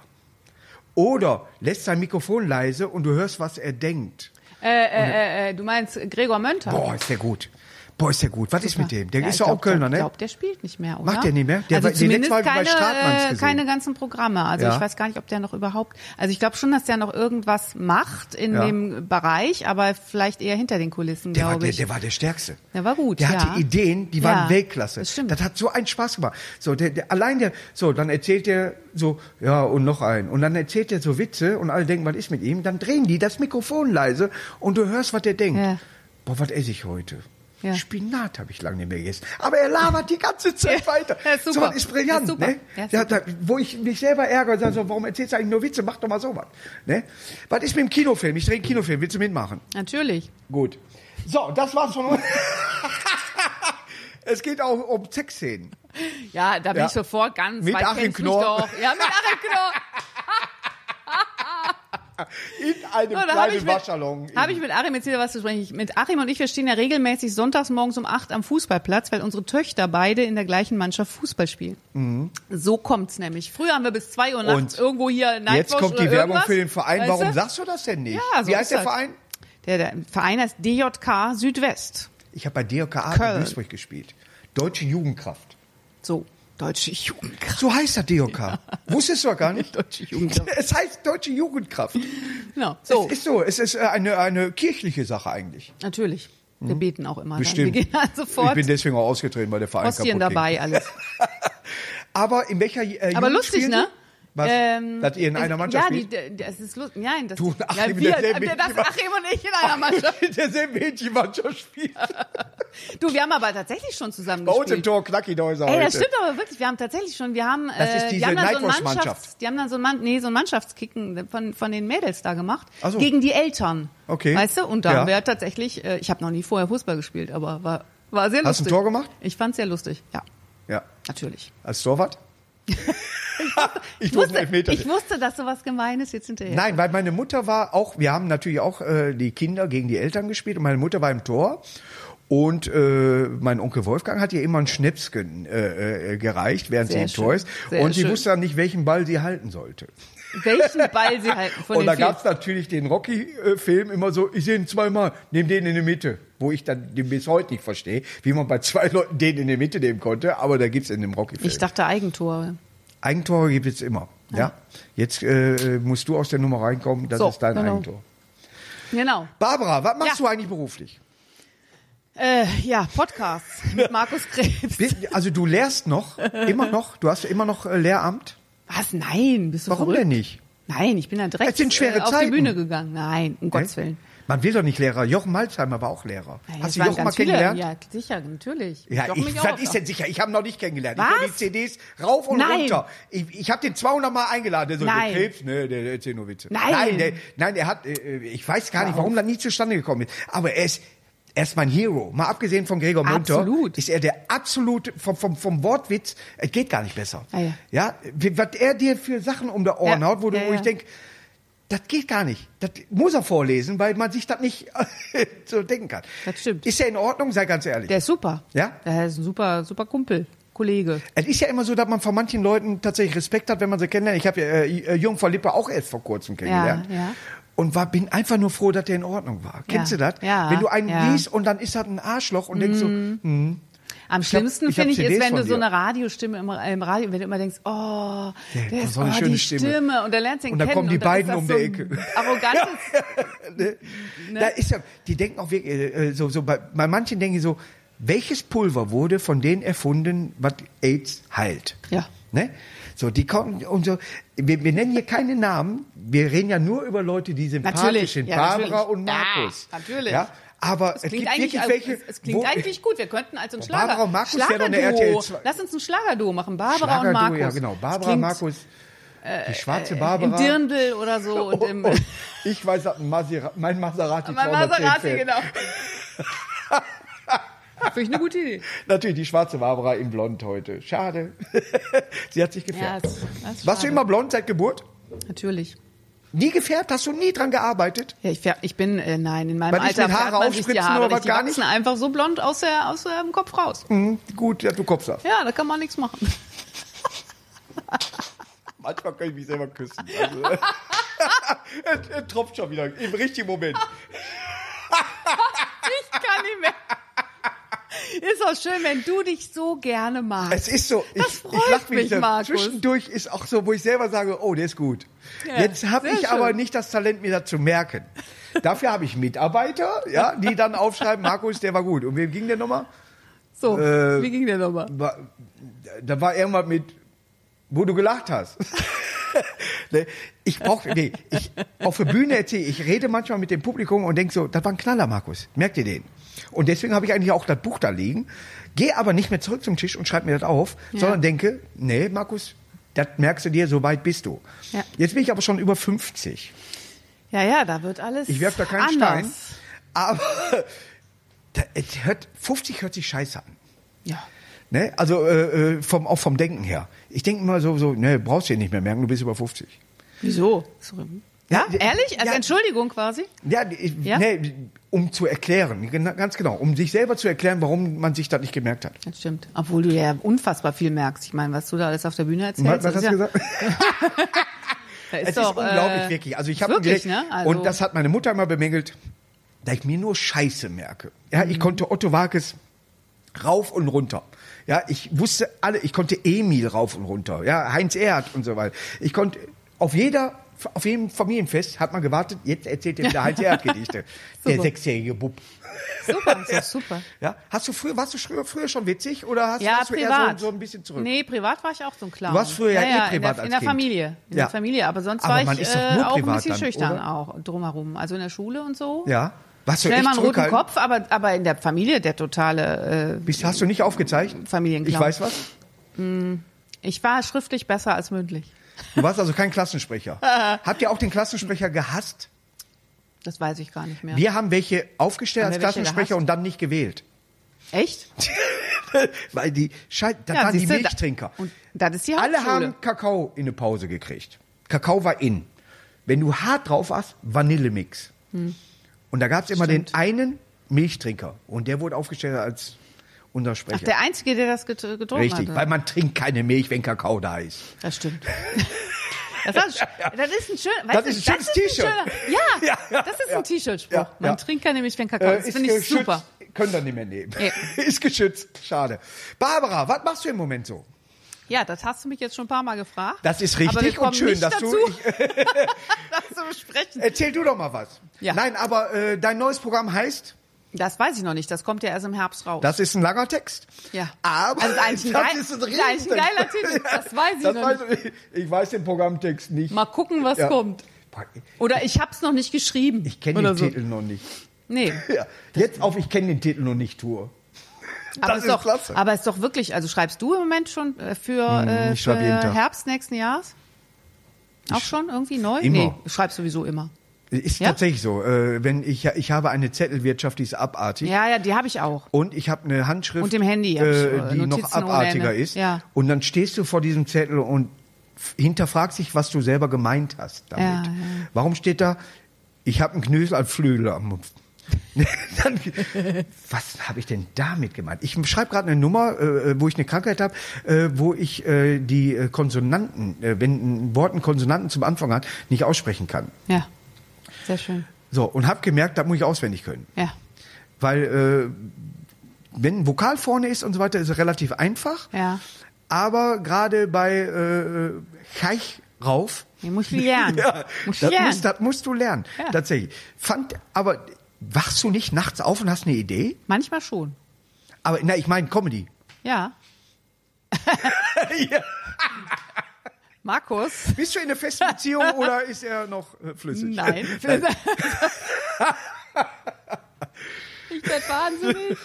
[SPEAKER 1] Oder lässt sein Mikrofon leise und du hörst, was er denkt.
[SPEAKER 2] Äh, äh, äh, äh, du meinst Gregor Mönter?
[SPEAKER 1] Boah, ist der gut. Boah, ist der gut. Was ist mit dem? Der
[SPEAKER 2] Ja,
[SPEAKER 1] ist
[SPEAKER 2] ich
[SPEAKER 1] doch
[SPEAKER 2] glaub,
[SPEAKER 1] auch Kölner,
[SPEAKER 2] der-
[SPEAKER 1] ne?
[SPEAKER 2] Ich glaube, der spielt nicht mehr, oder?
[SPEAKER 1] Macht der nicht mehr? Der
[SPEAKER 2] also
[SPEAKER 1] war- den
[SPEAKER 2] zumindest
[SPEAKER 1] letzten Mal hab ich bei
[SPEAKER 2] keine,
[SPEAKER 1] Stratmanns
[SPEAKER 2] äh,
[SPEAKER 1] gesehen.
[SPEAKER 2] keine ganzen Programme. Also
[SPEAKER 1] Ja.
[SPEAKER 2] ich weiß gar nicht, ob der noch überhaupt. Also ich glaube schon, dass der noch irgendwas macht in
[SPEAKER 1] Ja.
[SPEAKER 2] dem Bereich, aber vielleicht eher hinter den Kulissen,
[SPEAKER 1] Der war,
[SPEAKER 2] glaube
[SPEAKER 1] der,
[SPEAKER 2] ich.
[SPEAKER 1] der war der Stärkste.
[SPEAKER 2] Der war gut,
[SPEAKER 1] Der
[SPEAKER 2] ja.
[SPEAKER 1] hatte Ideen, die waren
[SPEAKER 2] Ja,
[SPEAKER 1] Weltklasse.
[SPEAKER 2] das stimmt.
[SPEAKER 1] hat so einen Spaß gemacht. So, der, der, allein der, so, dann erzählt er so, ja, und noch einen. Und dann erzählt er so Witze und alle denken, was ist mit ihm? Dann drehen die das Mikrofon leise und du hörst, was der denkt.
[SPEAKER 2] Ja.
[SPEAKER 1] Boah, was esse ich heute?
[SPEAKER 2] Ja.
[SPEAKER 1] Spinat habe ich lange nicht mehr gegessen. Aber er labert die
[SPEAKER 2] *laughs*
[SPEAKER 1] ganze Zeit weiter.
[SPEAKER 2] Ja, ist super.
[SPEAKER 1] So was ist brillant.
[SPEAKER 2] Ist super.
[SPEAKER 1] Ne?
[SPEAKER 2] Ja,
[SPEAKER 1] Ja,
[SPEAKER 2] ist
[SPEAKER 1] da, wo ich mich selber ärgere, sage so, warum erzählst du eigentlich nur Witze? Mach doch mal sowas. Ne? Was ist mit dem Kinofilm? Ich drehe einen Kinofilm. Willst du mitmachen?
[SPEAKER 2] Natürlich.
[SPEAKER 1] Gut. So, das war's von uns. *laughs* es geht auch um Sexszenen.
[SPEAKER 2] Ja, da bin
[SPEAKER 1] Ja.
[SPEAKER 2] ich sofort ganz
[SPEAKER 1] Mit
[SPEAKER 2] weit
[SPEAKER 1] Achim
[SPEAKER 2] kennst mich
[SPEAKER 1] Knorr.
[SPEAKER 2] doch. Ja, mit Achim Knorr.
[SPEAKER 1] *laughs* In einem
[SPEAKER 2] Oder habe ich,
[SPEAKER 1] kleinen
[SPEAKER 2] mit-
[SPEAKER 1] Waschsalon.
[SPEAKER 2] hab ich mit Achim jetzt wieder was zu sprechen? Ich- Mit Achim und ich, wir stehen ja regelmäßig sonntags morgens um acht am Fußballplatz, weil unsere Töchter beide in der gleichen Mannschaft Fußball spielen. So kommt's nämlich. Früher haben wir bis zwei Uhr nachts
[SPEAKER 1] Mhm. Und
[SPEAKER 2] irgendwo hier
[SPEAKER 1] Jetzt
[SPEAKER 2] Nightwatch
[SPEAKER 1] kommt die
[SPEAKER 2] oder
[SPEAKER 1] Werbung
[SPEAKER 2] irgendwas.
[SPEAKER 1] für den Verein.
[SPEAKER 2] Weißt
[SPEAKER 1] Warum
[SPEAKER 2] du?
[SPEAKER 1] sagst du das denn nicht?
[SPEAKER 2] Ja, so
[SPEAKER 1] Wie
[SPEAKER 2] ist
[SPEAKER 1] heißt der
[SPEAKER 2] das.
[SPEAKER 1] Verein?
[SPEAKER 2] Der, der Verein heißt DJK Südwest.
[SPEAKER 1] Ich habe bei DJK
[SPEAKER 2] Köln.
[SPEAKER 1] in Duisburg gespielt. Deutsche Jugendkraft.
[SPEAKER 2] So, deutsche Jugendkraft.
[SPEAKER 1] So heißt der DJK. Wusstest du doch gar nicht?
[SPEAKER 2] *laughs* Deutsche Jugendkraft.
[SPEAKER 1] Es heißt Deutsche Jugendkraft.
[SPEAKER 2] Genau. So,
[SPEAKER 1] Es ist so. Es ist äh, eine, eine kirchliche Sache eigentlich.
[SPEAKER 2] natürlich. Wir beten auch immer.
[SPEAKER 1] Mhm. Bestimmt.
[SPEAKER 2] Dann. Wir gehen dann
[SPEAKER 1] Ich
[SPEAKER 2] sofort
[SPEAKER 1] bin deswegen auch ausgetreten, weil der Verein
[SPEAKER 2] Postien
[SPEAKER 1] kaputt ging.
[SPEAKER 2] dabei alles.
[SPEAKER 1] Aber in welcher äh,
[SPEAKER 2] Aber
[SPEAKER 1] Jugend
[SPEAKER 2] lustig,
[SPEAKER 1] spielen
[SPEAKER 2] ne?
[SPEAKER 1] die? Was?
[SPEAKER 2] Ähm,
[SPEAKER 1] dass ihr in
[SPEAKER 2] es-
[SPEAKER 1] einer Mannschaft
[SPEAKER 2] ja,
[SPEAKER 1] spielt?
[SPEAKER 2] die- die, das ist lustig. Nein, das
[SPEAKER 1] Du und Achim in
[SPEAKER 2] ja, wir,
[SPEAKER 1] derselben
[SPEAKER 2] wir, das
[SPEAKER 1] Mannschaft.
[SPEAKER 2] Achim und ich in einer
[SPEAKER 1] *laughs*
[SPEAKER 2] Mannschaft.
[SPEAKER 1] in derselben Mädchenmannschaft spielt.
[SPEAKER 2] Du, wir haben aber tatsächlich schon zusammen
[SPEAKER 1] Bei uns im
[SPEAKER 2] gespielt.
[SPEAKER 1] Tor Knacki Däuser
[SPEAKER 2] Ey,
[SPEAKER 1] heute.
[SPEAKER 2] das stimmt aber wirklich. Wir haben tatsächlich schon, wir haben,
[SPEAKER 1] Das ist
[SPEAKER 2] äh, die
[SPEAKER 1] diese
[SPEAKER 2] haben dann so ein
[SPEAKER 1] Nightwatch-Mannschaft.
[SPEAKER 2] Mannschafts, die haben dann so ein, Mann, nee, so ein Mannschaftskicken von, von den Mädels da gemacht.
[SPEAKER 1] Ach so.
[SPEAKER 2] Gegen die Eltern.
[SPEAKER 1] Okay.
[SPEAKER 2] Weißt du? Und da
[SPEAKER 1] Ja.
[SPEAKER 2] haben wir tatsächlich, äh, ich habe noch nie vorher Fußball gespielt, aber war, war sehr
[SPEAKER 1] Hast
[SPEAKER 2] lustig.
[SPEAKER 1] du ein Tor gemacht?
[SPEAKER 2] Ich fand's sehr lustig. Ja,
[SPEAKER 1] Ja,
[SPEAKER 2] natürlich.
[SPEAKER 1] als
[SPEAKER 2] *laughs*
[SPEAKER 1] Torwart? ich durfte
[SPEAKER 2] Ich
[SPEAKER 1] einen
[SPEAKER 2] wusste,
[SPEAKER 1] Elfmeter
[SPEAKER 2] ich
[SPEAKER 1] schießen.
[SPEAKER 2] wusste, dass sowas gemein ist jetzt hinterher.
[SPEAKER 1] Nein, weil meine Mutter war auch, wir haben natürlich auch äh, die Kinder gegen die Eltern gespielt und meine Mutter war im Tor. Und äh, mein Onkel Wolfgang hat ihr immer einen Schnips gen- äh, äh, gereicht, während
[SPEAKER 2] Sehr
[SPEAKER 1] sie im
[SPEAKER 2] schön.
[SPEAKER 1] Tor ist.
[SPEAKER 2] Sehr
[SPEAKER 1] und sie
[SPEAKER 2] schön.
[SPEAKER 1] wusste dann nicht, welchen Ball sie halten sollte.
[SPEAKER 2] Welchen Ball sie halten
[SPEAKER 1] *laughs*
[SPEAKER 2] von
[SPEAKER 1] und da
[SPEAKER 2] den vier.
[SPEAKER 1] gab es natürlich den Rocky-Film immer so, ich sehe ihn zweimal, nehm den in die Mitte. Wo ich dann den bis heute nicht verstehe, wie man bei zwei Leuten den in die Mitte nehmen konnte, aber da gibt's in dem Rocky-Film.
[SPEAKER 2] Ich dachte Eigentore.
[SPEAKER 1] Eigentore gibt es immer. Ja. Jetzt äh, musst du aus der Nummer reinkommen, das
[SPEAKER 2] So,
[SPEAKER 1] ist dein
[SPEAKER 2] genau.
[SPEAKER 1] Eigentor.
[SPEAKER 2] Genau.
[SPEAKER 1] Barbara, was machst
[SPEAKER 2] Ja.
[SPEAKER 1] du eigentlich beruflich?
[SPEAKER 2] Äh, ja, Podcasts mit Markus Krebs.
[SPEAKER 1] Wie- Also du lehrst
[SPEAKER 2] *laughs*
[SPEAKER 1] noch, immer noch, du hast immer noch äh, Lehramt.
[SPEAKER 2] Was? Nein, bist du
[SPEAKER 1] Warum
[SPEAKER 2] verrückt?
[SPEAKER 1] denn nicht?
[SPEAKER 2] Nein, ich bin dann direkt
[SPEAKER 1] Es sind schwere
[SPEAKER 2] äh, auf die
[SPEAKER 1] Zeiten.
[SPEAKER 2] Bühne gegangen. Nein, um Gottes Willen.
[SPEAKER 1] Man will doch nicht Lehrer. Jochen Malzheimer war auch Lehrer.
[SPEAKER 2] Nein, das
[SPEAKER 1] hast du
[SPEAKER 2] waren
[SPEAKER 1] Jochen mal
[SPEAKER 2] ganz viele.
[SPEAKER 1] kennengelernt?
[SPEAKER 2] Ja, sicher, natürlich.
[SPEAKER 1] Ja,
[SPEAKER 2] Doch,
[SPEAKER 1] ich,
[SPEAKER 2] mich
[SPEAKER 1] was
[SPEAKER 2] auch.
[SPEAKER 1] ist denn sicher? Ich habe ihn noch nicht kennengelernt.
[SPEAKER 2] Was?
[SPEAKER 1] Ich höre die CDs rauf und
[SPEAKER 2] Nein.
[SPEAKER 1] runter. Ich, ich habe den 200 Mal eingeladen. So,
[SPEAKER 2] Nein.
[SPEAKER 1] Der Krebs, ne, der, der erzählt nur Witze.
[SPEAKER 2] Nein.
[SPEAKER 1] Nein, der, nein, er hat, äh, ich weiß gar nicht, warum das nie zustande gekommen ist. Aber er ist, er ist mein Hero. Mal abgesehen von Gregor Munter.
[SPEAKER 2] Absolut.
[SPEAKER 1] Ist er der absolute, vom, vom, vom Wortwitz, es geht gar nicht besser.
[SPEAKER 2] Ah, ja.
[SPEAKER 1] ja wie- was er dir für Sachen um die Ohren
[SPEAKER 2] Ja,
[SPEAKER 1] haut, wo, du,
[SPEAKER 2] ja,
[SPEAKER 1] wo
[SPEAKER 2] ja.
[SPEAKER 1] ich denk, das geht gar nicht. Das muss er vorlesen, weil man sich das nicht *laughs* so denken kann.
[SPEAKER 2] Das stimmt.
[SPEAKER 1] Ist er in Ordnung? Sei ganz ehrlich.
[SPEAKER 2] Der ist super.
[SPEAKER 1] Ja?
[SPEAKER 2] Der ist ein super, super Kumpel, Kollege.
[SPEAKER 1] Es ist ja immer so, dass man von manchen Leuten tatsächlich Respekt hat, wenn man sie kennenlernt. Ich habe ja, äh, Jungfer Lippe auch erst vor kurzem kennengelernt.
[SPEAKER 2] ja.
[SPEAKER 1] Und war, bin einfach nur froh, dass der in Ordnung war. Kennst du das?
[SPEAKER 2] ja,
[SPEAKER 1] Wenn du einen
[SPEAKER 2] ja.
[SPEAKER 1] liest und dann ist das ein Arschloch und denkst so,
[SPEAKER 2] Am schlimmsten
[SPEAKER 1] ich hab
[SPEAKER 2] finde ich, ist,
[SPEAKER 1] CDs
[SPEAKER 2] wenn du
[SPEAKER 1] von
[SPEAKER 2] so
[SPEAKER 1] dir.
[SPEAKER 2] eine Radiostimme im, Ra- im Radio, wenn du immer denkst, oh, der,
[SPEAKER 1] hat
[SPEAKER 2] ist
[SPEAKER 1] so eine
[SPEAKER 2] oh,
[SPEAKER 1] schöne
[SPEAKER 2] die Stimme.
[SPEAKER 1] Stimme.
[SPEAKER 2] Und dann lernst du ihn
[SPEAKER 1] Und dann
[SPEAKER 2] kennen
[SPEAKER 1] kommen die
[SPEAKER 2] und dann
[SPEAKER 1] beiden
[SPEAKER 2] ist das
[SPEAKER 1] um
[SPEAKER 2] so
[SPEAKER 1] die
[SPEAKER 2] ein
[SPEAKER 1] Ecke.
[SPEAKER 2] Arrogantes. Ne?
[SPEAKER 1] da ist ja, die denken auch wirklich, äh, so, so bei, bei manchen denke ich so, welches Pulver wurde von denen erfunden, was AIDS heilt?
[SPEAKER 2] Ja.
[SPEAKER 1] Ne? So, die kommen und so. Wir, wir nennen hier keine Namen. Wir reden ja nur über Leute, die sympathisch
[SPEAKER 2] Natürlich,
[SPEAKER 1] sind.
[SPEAKER 2] ja,
[SPEAKER 1] Barbara
[SPEAKER 2] natürlich.
[SPEAKER 1] und Markus.
[SPEAKER 2] Ja, natürlich.
[SPEAKER 1] Ja, aber es,
[SPEAKER 2] Es klingt,
[SPEAKER 1] gibt
[SPEAKER 2] eigentlich, also,
[SPEAKER 1] wirklich welche.
[SPEAKER 2] es, es klingt
[SPEAKER 1] wo-
[SPEAKER 2] eigentlich gut. Wir könnten als ein Schlager.
[SPEAKER 1] Barbara und Markus wäre doch eine RTL
[SPEAKER 2] Schlagerduo.
[SPEAKER 1] 2.
[SPEAKER 2] Lass uns ein Schlagerduo machen. Barbara
[SPEAKER 1] Schlagerduo,
[SPEAKER 2] und Markus.
[SPEAKER 1] Ja, genau.
[SPEAKER 2] Es
[SPEAKER 1] Barbara,
[SPEAKER 2] klingt äh,
[SPEAKER 1] Markus. Die schwarze
[SPEAKER 2] Im
[SPEAKER 1] Barbara.
[SPEAKER 2] Dirndl
[SPEAKER 1] *laughs*
[SPEAKER 2] oder so. Und
[SPEAKER 1] Oh,
[SPEAKER 2] im,
[SPEAKER 1] oh. Ich *laughs* weiß, dass ein Masera- mein Maserati
[SPEAKER 2] mein
[SPEAKER 1] 210
[SPEAKER 2] Maserati,
[SPEAKER 1] fährt.
[SPEAKER 2] genau. Finde ich eine gute Idee.
[SPEAKER 1] Natürlich die schwarze Barbara in blond heute. Schade. *laughs* Sie hat sich
[SPEAKER 2] Ja,
[SPEAKER 1] gefärbt.
[SPEAKER 2] das, das ist
[SPEAKER 1] Warst du
[SPEAKER 2] schade.
[SPEAKER 1] immer blond seit Geburt?
[SPEAKER 2] Natürlich.
[SPEAKER 1] Nie gefärbt? Hast du nie dran gearbeitet?
[SPEAKER 2] Ja, ich, fär- ich bin, äh, nein, in meinem
[SPEAKER 1] Weil nicht
[SPEAKER 2] Alter
[SPEAKER 1] mit Haare
[SPEAKER 2] färbt man sich die
[SPEAKER 1] aufspritzen
[SPEAKER 2] Haare
[SPEAKER 1] oder was
[SPEAKER 2] nicht. Die
[SPEAKER 1] gar
[SPEAKER 2] wachsen einfach so blond aus, der, aus dem Kopf raus.
[SPEAKER 1] Hm, gut, ja, du Kopfsaft.
[SPEAKER 2] Ja, da kann man nichts machen. *laughs*
[SPEAKER 1] Manchmal kann ich mich selber küssen. Also, *laughs* es, es tropft schon wieder im richtigen Moment.
[SPEAKER 2] Ich kann nicht mehr. Ist auch schön, wenn du dich so gerne magst.
[SPEAKER 1] Es ist so, ich,
[SPEAKER 2] Das freut
[SPEAKER 1] ich lach mich,
[SPEAKER 2] mich,
[SPEAKER 1] da-
[SPEAKER 2] Markus.
[SPEAKER 1] zwischendurch ist auch so, wo ich selber sage, oh, der ist gut.
[SPEAKER 2] Ja,
[SPEAKER 1] Jetzt habe
[SPEAKER 2] sehr
[SPEAKER 1] ich aber
[SPEAKER 2] schön.
[SPEAKER 1] nicht das Talent, mir das zu merken. Dafür habe ich Mitarbeiter, ja, die dann aufschreiben,
[SPEAKER 2] *laughs*
[SPEAKER 1] Markus, der war gut. Und wem ging der nochmal?
[SPEAKER 2] So,
[SPEAKER 1] Äh,
[SPEAKER 2] wie ging der nochmal?
[SPEAKER 1] War- Da war irgendwas mit, wo du gelacht
[SPEAKER 2] *laughs*
[SPEAKER 1] hast. Ne, ich brauche, nee, ich, auf der Bühne erzähle ich, rede manchmal mit dem Publikum und denke so, das war ein Knaller, Markus. Merkt ihr den? Und deswegen habe ich eigentlich auch das Buch da liegen, gehe aber nicht mehr zurück zum Tisch und schreibe mir das auf,
[SPEAKER 2] Ja.
[SPEAKER 1] sondern denke, nee, Markus, das merkst du dir, so weit bist du.
[SPEAKER 2] Ja.
[SPEAKER 1] Jetzt bin ich aber schon über 50.
[SPEAKER 2] Ja, ja, da wird alles.
[SPEAKER 1] Ich werfe da keinen
[SPEAKER 2] anders.
[SPEAKER 1] Stein. Aber *laughs* da, es hört, 50 hört sich scheiße an.
[SPEAKER 2] Ja.
[SPEAKER 1] Ne? Also äh, äh, vom, auch vom Denken her. Ich denke immer so, so ne, brauchst du dir nicht mehr merken, du bist über 50.
[SPEAKER 2] Wieso? Sorry.
[SPEAKER 1] Ja,
[SPEAKER 2] Ja, ehrlich? Als
[SPEAKER 1] ja.
[SPEAKER 2] Entschuldigung quasi?
[SPEAKER 1] Ja, ich,
[SPEAKER 2] Ja?
[SPEAKER 1] Ne, um zu erklären, gena- ganz genau, um sich selber zu erklären, warum man sich das nicht gemerkt hat.
[SPEAKER 2] Das stimmt. Obwohl du ja unfassbar viel merkst. Ich meine, was du da alles auf der Bühne
[SPEAKER 1] Was,
[SPEAKER 2] erzählst.
[SPEAKER 1] was
[SPEAKER 2] das
[SPEAKER 1] hast du
[SPEAKER 2] ist ja,
[SPEAKER 1] gesagt?
[SPEAKER 2] da
[SPEAKER 1] Es ist
[SPEAKER 2] doch,
[SPEAKER 1] unglaublich,
[SPEAKER 2] äh,
[SPEAKER 1] wirklich. Also ich habe
[SPEAKER 2] wirklich, ne? Also,
[SPEAKER 1] Und das hat meine Mutter immer bemängelt, da ich mir nur Scheiße merke. Ja,
[SPEAKER 2] Mhm.
[SPEAKER 1] ich konnte Otto Warkes rauf und runter. Ja, ich wusste alle, ich konnte Emil rauf und runter, ja, Heinz Erd und so weiter. Ich konnte auf jeder auf jedem Familienfest hat man gewartet, jetzt erzählt er wieder Heinz Erd
[SPEAKER 2] *laughs*
[SPEAKER 1] Gedichte. Der
[SPEAKER 2] Super.
[SPEAKER 1] sechsjährige Bub.
[SPEAKER 2] super, das ist doch super.
[SPEAKER 1] *laughs* Ja, hast du früher warst du früher, früher schon witzig oder hast,
[SPEAKER 2] Ja,
[SPEAKER 1] warst du eher
[SPEAKER 2] privat.
[SPEAKER 1] so, so ein bisschen zurück?
[SPEAKER 2] Nee, privat war ich auch so ein Clown.
[SPEAKER 1] Du warst früher ja eh
[SPEAKER 2] in
[SPEAKER 1] privat
[SPEAKER 2] der,
[SPEAKER 1] als
[SPEAKER 2] in der
[SPEAKER 1] Kind.
[SPEAKER 2] Familie. In
[SPEAKER 1] Ja.
[SPEAKER 2] der Familie, aber sonst
[SPEAKER 1] Aber
[SPEAKER 2] war
[SPEAKER 1] man
[SPEAKER 2] ich
[SPEAKER 1] ist doch
[SPEAKER 2] äh,
[SPEAKER 1] nur
[SPEAKER 2] auch ein
[SPEAKER 1] privat
[SPEAKER 2] bisschen
[SPEAKER 1] dann,
[SPEAKER 2] schüchtern
[SPEAKER 1] oder?
[SPEAKER 2] auch drumherum. Also in der Schule und so.
[SPEAKER 1] Ja. Warst du
[SPEAKER 2] Schnell
[SPEAKER 1] echt
[SPEAKER 2] mal einen roten
[SPEAKER 1] zurückhaltend?
[SPEAKER 2] Kopf, aber, aber in der Familie der totale. Äh,
[SPEAKER 1] Bist, hast du nicht aufgezeichnet?
[SPEAKER 2] Familienclown.
[SPEAKER 1] Ich weiß was.
[SPEAKER 2] ich war schriftlich besser als mündlich.
[SPEAKER 1] Du warst also kein
[SPEAKER 2] *laughs*
[SPEAKER 1] Klassensprecher. Habt ihr auch den Klassensprecher gehasst?
[SPEAKER 2] Das weiß ich gar nicht mehr.
[SPEAKER 1] Wir haben welche aufgestellt
[SPEAKER 2] Haben
[SPEAKER 1] als
[SPEAKER 2] wir welche
[SPEAKER 1] Klassensprecher
[SPEAKER 2] gehasst?
[SPEAKER 1] und dann nicht gewählt.
[SPEAKER 2] Echt?
[SPEAKER 1] Weil die, Schei das waren die
[SPEAKER 2] siehste, da-
[SPEAKER 1] Milchtrinker.
[SPEAKER 2] und das ist die
[SPEAKER 1] Alle
[SPEAKER 2] Hauptschule.
[SPEAKER 1] haben Kakao in eine Pause gekriegt. Kakao war in. Wenn du hart drauf warst, Vanillemix. Und da gab es immer
[SPEAKER 2] Hm. Stimmt.
[SPEAKER 1] den einen Milchtrinker. Und der wurde aufgestellt als unser Sprecher.
[SPEAKER 2] Ach, der Einzige, der das get- getrunken
[SPEAKER 1] Richtig,
[SPEAKER 2] hatte.
[SPEAKER 1] weil man trinkt keine Milch, wenn Kakao da ist. *laughs*
[SPEAKER 2] Das stimmt. *laughs* Das, ist- das ist ein schön,
[SPEAKER 1] Das
[SPEAKER 2] weißt du,
[SPEAKER 1] ist ein schönes
[SPEAKER 2] das ist
[SPEAKER 1] T-Shirt.
[SPEAKER 2] ein schöner-
[SPEAKER 1] *laughs* Ja,
[SPEAKER 2] Ja,
[SPEAKER 1] ja,
[SPEAKER 2] das ist
[SPEAKER 1] ja.
[SPEAKER 2] ein T-Shirt-Spruch.
[SPEAKER 1] Ja,
[SPEAKER 2] Man
[SPEAKER 1] ja.
[SPEAKER 2] trinkt keine Milch, wenn Kakao.
[SPEAKER 1] Äh,
[SPEAKER 2] Oh, das
[SPEAKER 1] ist
[SPEAKER 2] finde ich
[SPEAKER 1] geschützt.
[SPEAKER 2] super.
[SPEAKER 1] Können wir nicht mehr nehmen. *laughs*
[SPEAKER 2] Ja.
[SPEAKER 1] Ist geschützt. Schade. Barbara, was machst du im Moment so?
[SPEAKER 2] Ja, das hast du mich jetzt schon ein paar Mal gefragt.
[SPEAKER 1] Das ist
[SPEAKER 2] Aber wir
[SPEAKER 1] richtig
[SPEAKER 2] kommen
[SPEAKER 1] und schön,
[SPEAKER 2] nicht
[SPEAKER 1] dass
[SPEAKER 2] dazu,
[SPEAKER 1] du. Ich, äh, *laughs*
[SPEAKER 2] *laughs* das zu besprechen.
[SPEAKER 1] erzähl du doch mal was.
[SPEAKER 2] Ja.
[SPEAKER 1] Nein, aber äh, dein neues Programm heißt,
[SPEAKER 2] Das weiß ich noch nicht. Das kommt ja erst im Herbst raus.
[SPEAKER 1] das ist ein langer Text.
[SPEAKER 2] Ja.
[SPEAKER 1] Aber *laughs*
[SPEAKER 2] Also eigentlich ein geil- eigentlich ein
[SPEAKER 1] Riesentext.
[SPEAKER 2] geiler
[SPEAKER 1] *laughs*
[SPEAKER 2] Titel. Das weiß ich
[SPEAKER 1] das
[SPEAKER 2] noch
[SPEAKER 1] weiß ich, ich weiß den Programmtext nicht.
[SPEAKER 2] Mal gucken, was
[SPEAKER 1] Ja.
[SPEAKER 2] kommt. Oder ich hab's noch nicht geschrieben.
[SPEAKER 1] Ich kenne
[SPEAKER 2] oder
[SPEAKER 1] den
[SPEAKER 2] so.
[SPEAKER 1] Titel noch nicht. *laughs*
[SPEAKER 2] Nee.
[SPEAKER 1] Ja. Jetzt auf, ich kenne den Titel noch nicht, Tour.
[SPEAKER 2] Aber
[SPEAKER 1] Das
[SPEAKER 2] es
[SPEAKER 1] ist
[SPEAKER 2] doch,
[SPEAKER 1] klasse. Hm,
[SPEAKER 2] aber es ist doch wirklich, also schreibst du im Moment schon äh, für, äh,
[SPEAKER 1] ich schreib
[SPEAKER 2] für
[SPEAKER 1] jeden Tag.
[SPEAKER 2] Herbst nächsten Jahres? Auch schon irgendwie neu?
[SPEAKER 1] immer.
[SPEAKER 2] Nee, du schreibst sowieso immer.
[SPEAKER 1] Ist
[SPEAKER 2] Ja?
[SPEAKER 1] tatsächlich so. Äh, wenn ich, ich habe eine Zettelwirtschaft, die ist abartig.
[SPEAKER 2] Ja, ja, die habe ich auch.
[SPEAKER 1] Und ich habe eine Handschrift.
[SPEAKER 2] Und dem Handy hab ich,
[SPEAKER 1] äh,
[SPEAKER 2] äh,
[SPEAKER 1] die noch
[SPEAKER 2] Notizen ohne
[SPEAKER 1] abartiger
[SPEAKER 2] Ende.
[SPEAKER 1] ist.
[SPEAKER 2] Ja.
[SPEAKER 1] Und dann stehst du vor diesem Zettel und f- hinterfragst dich, was du selber gemeint hast damit.
[SPEAKER 2] Ja, ja.
[SPEAKER 1] Warum steht da, ich habe einen Knösel als Flügel am Mund? *laughs* dann, was habe ich denn damit gemeint? Ich schreibe gerade eine Nummer, äh, wo ich eine Krankheit habe, äh, wo ich äh, die äh, Konsonanten, äh, wenn ein Wort einen Konsonanten zum Anfang hat, nicht aussprechen kann.
[SPEAKER 2] Ja. Sehr schön.
[SPEAKER 1] So, und habe gemerkt, das muss ich auswendig können.
[SPEAKER 2] Ja.
[SPEAKER 1] Weil äh, wenn ein Vokal vorne ist und so weiter, ist es relativ einfach.
[SPEAKER 2] Ja.
[SPEAKER 1] Aber gerade bei äh, Scheich rauf,
[SPEAKER 2] Nee,
[SPEAKER 1] *laughs*
[SPEAKER 2] muss ich lernen.
[SPEAKER 1] ja,
[SPEAKER 2] muss ich
[SPEAKER 1] das,
[SPEAKER 2] lernen.
[SPEAKER 1] musst, das musst du lernen.
[SPEAKER 2] Ja.
[SPEAKER 1] Tatsächlich. Fand, aber wachst du nicht nachts auf und hast eine Idee?
[SPEAKER 2] Manchmal schon.
[SPEAKER 1] Aber na, ich meine
[SPEAKER 2] *laughs*
[SPEAKER 1] Comedy. *laughs*
[SPEAKER 2] Ja.
[SPEAKER 1] Ja. *laughs*
[SPEAKER 2] Markus?
[SPEAKER 1] Bist du in einer festen
[SPEAKER 2] *laughs*
[SPEAKER 1] Beziehung oder ist er noch äh, flüssig? *laughs*
[SPEAKER 2] Nein. *laughs* ich werd wahnsinnig.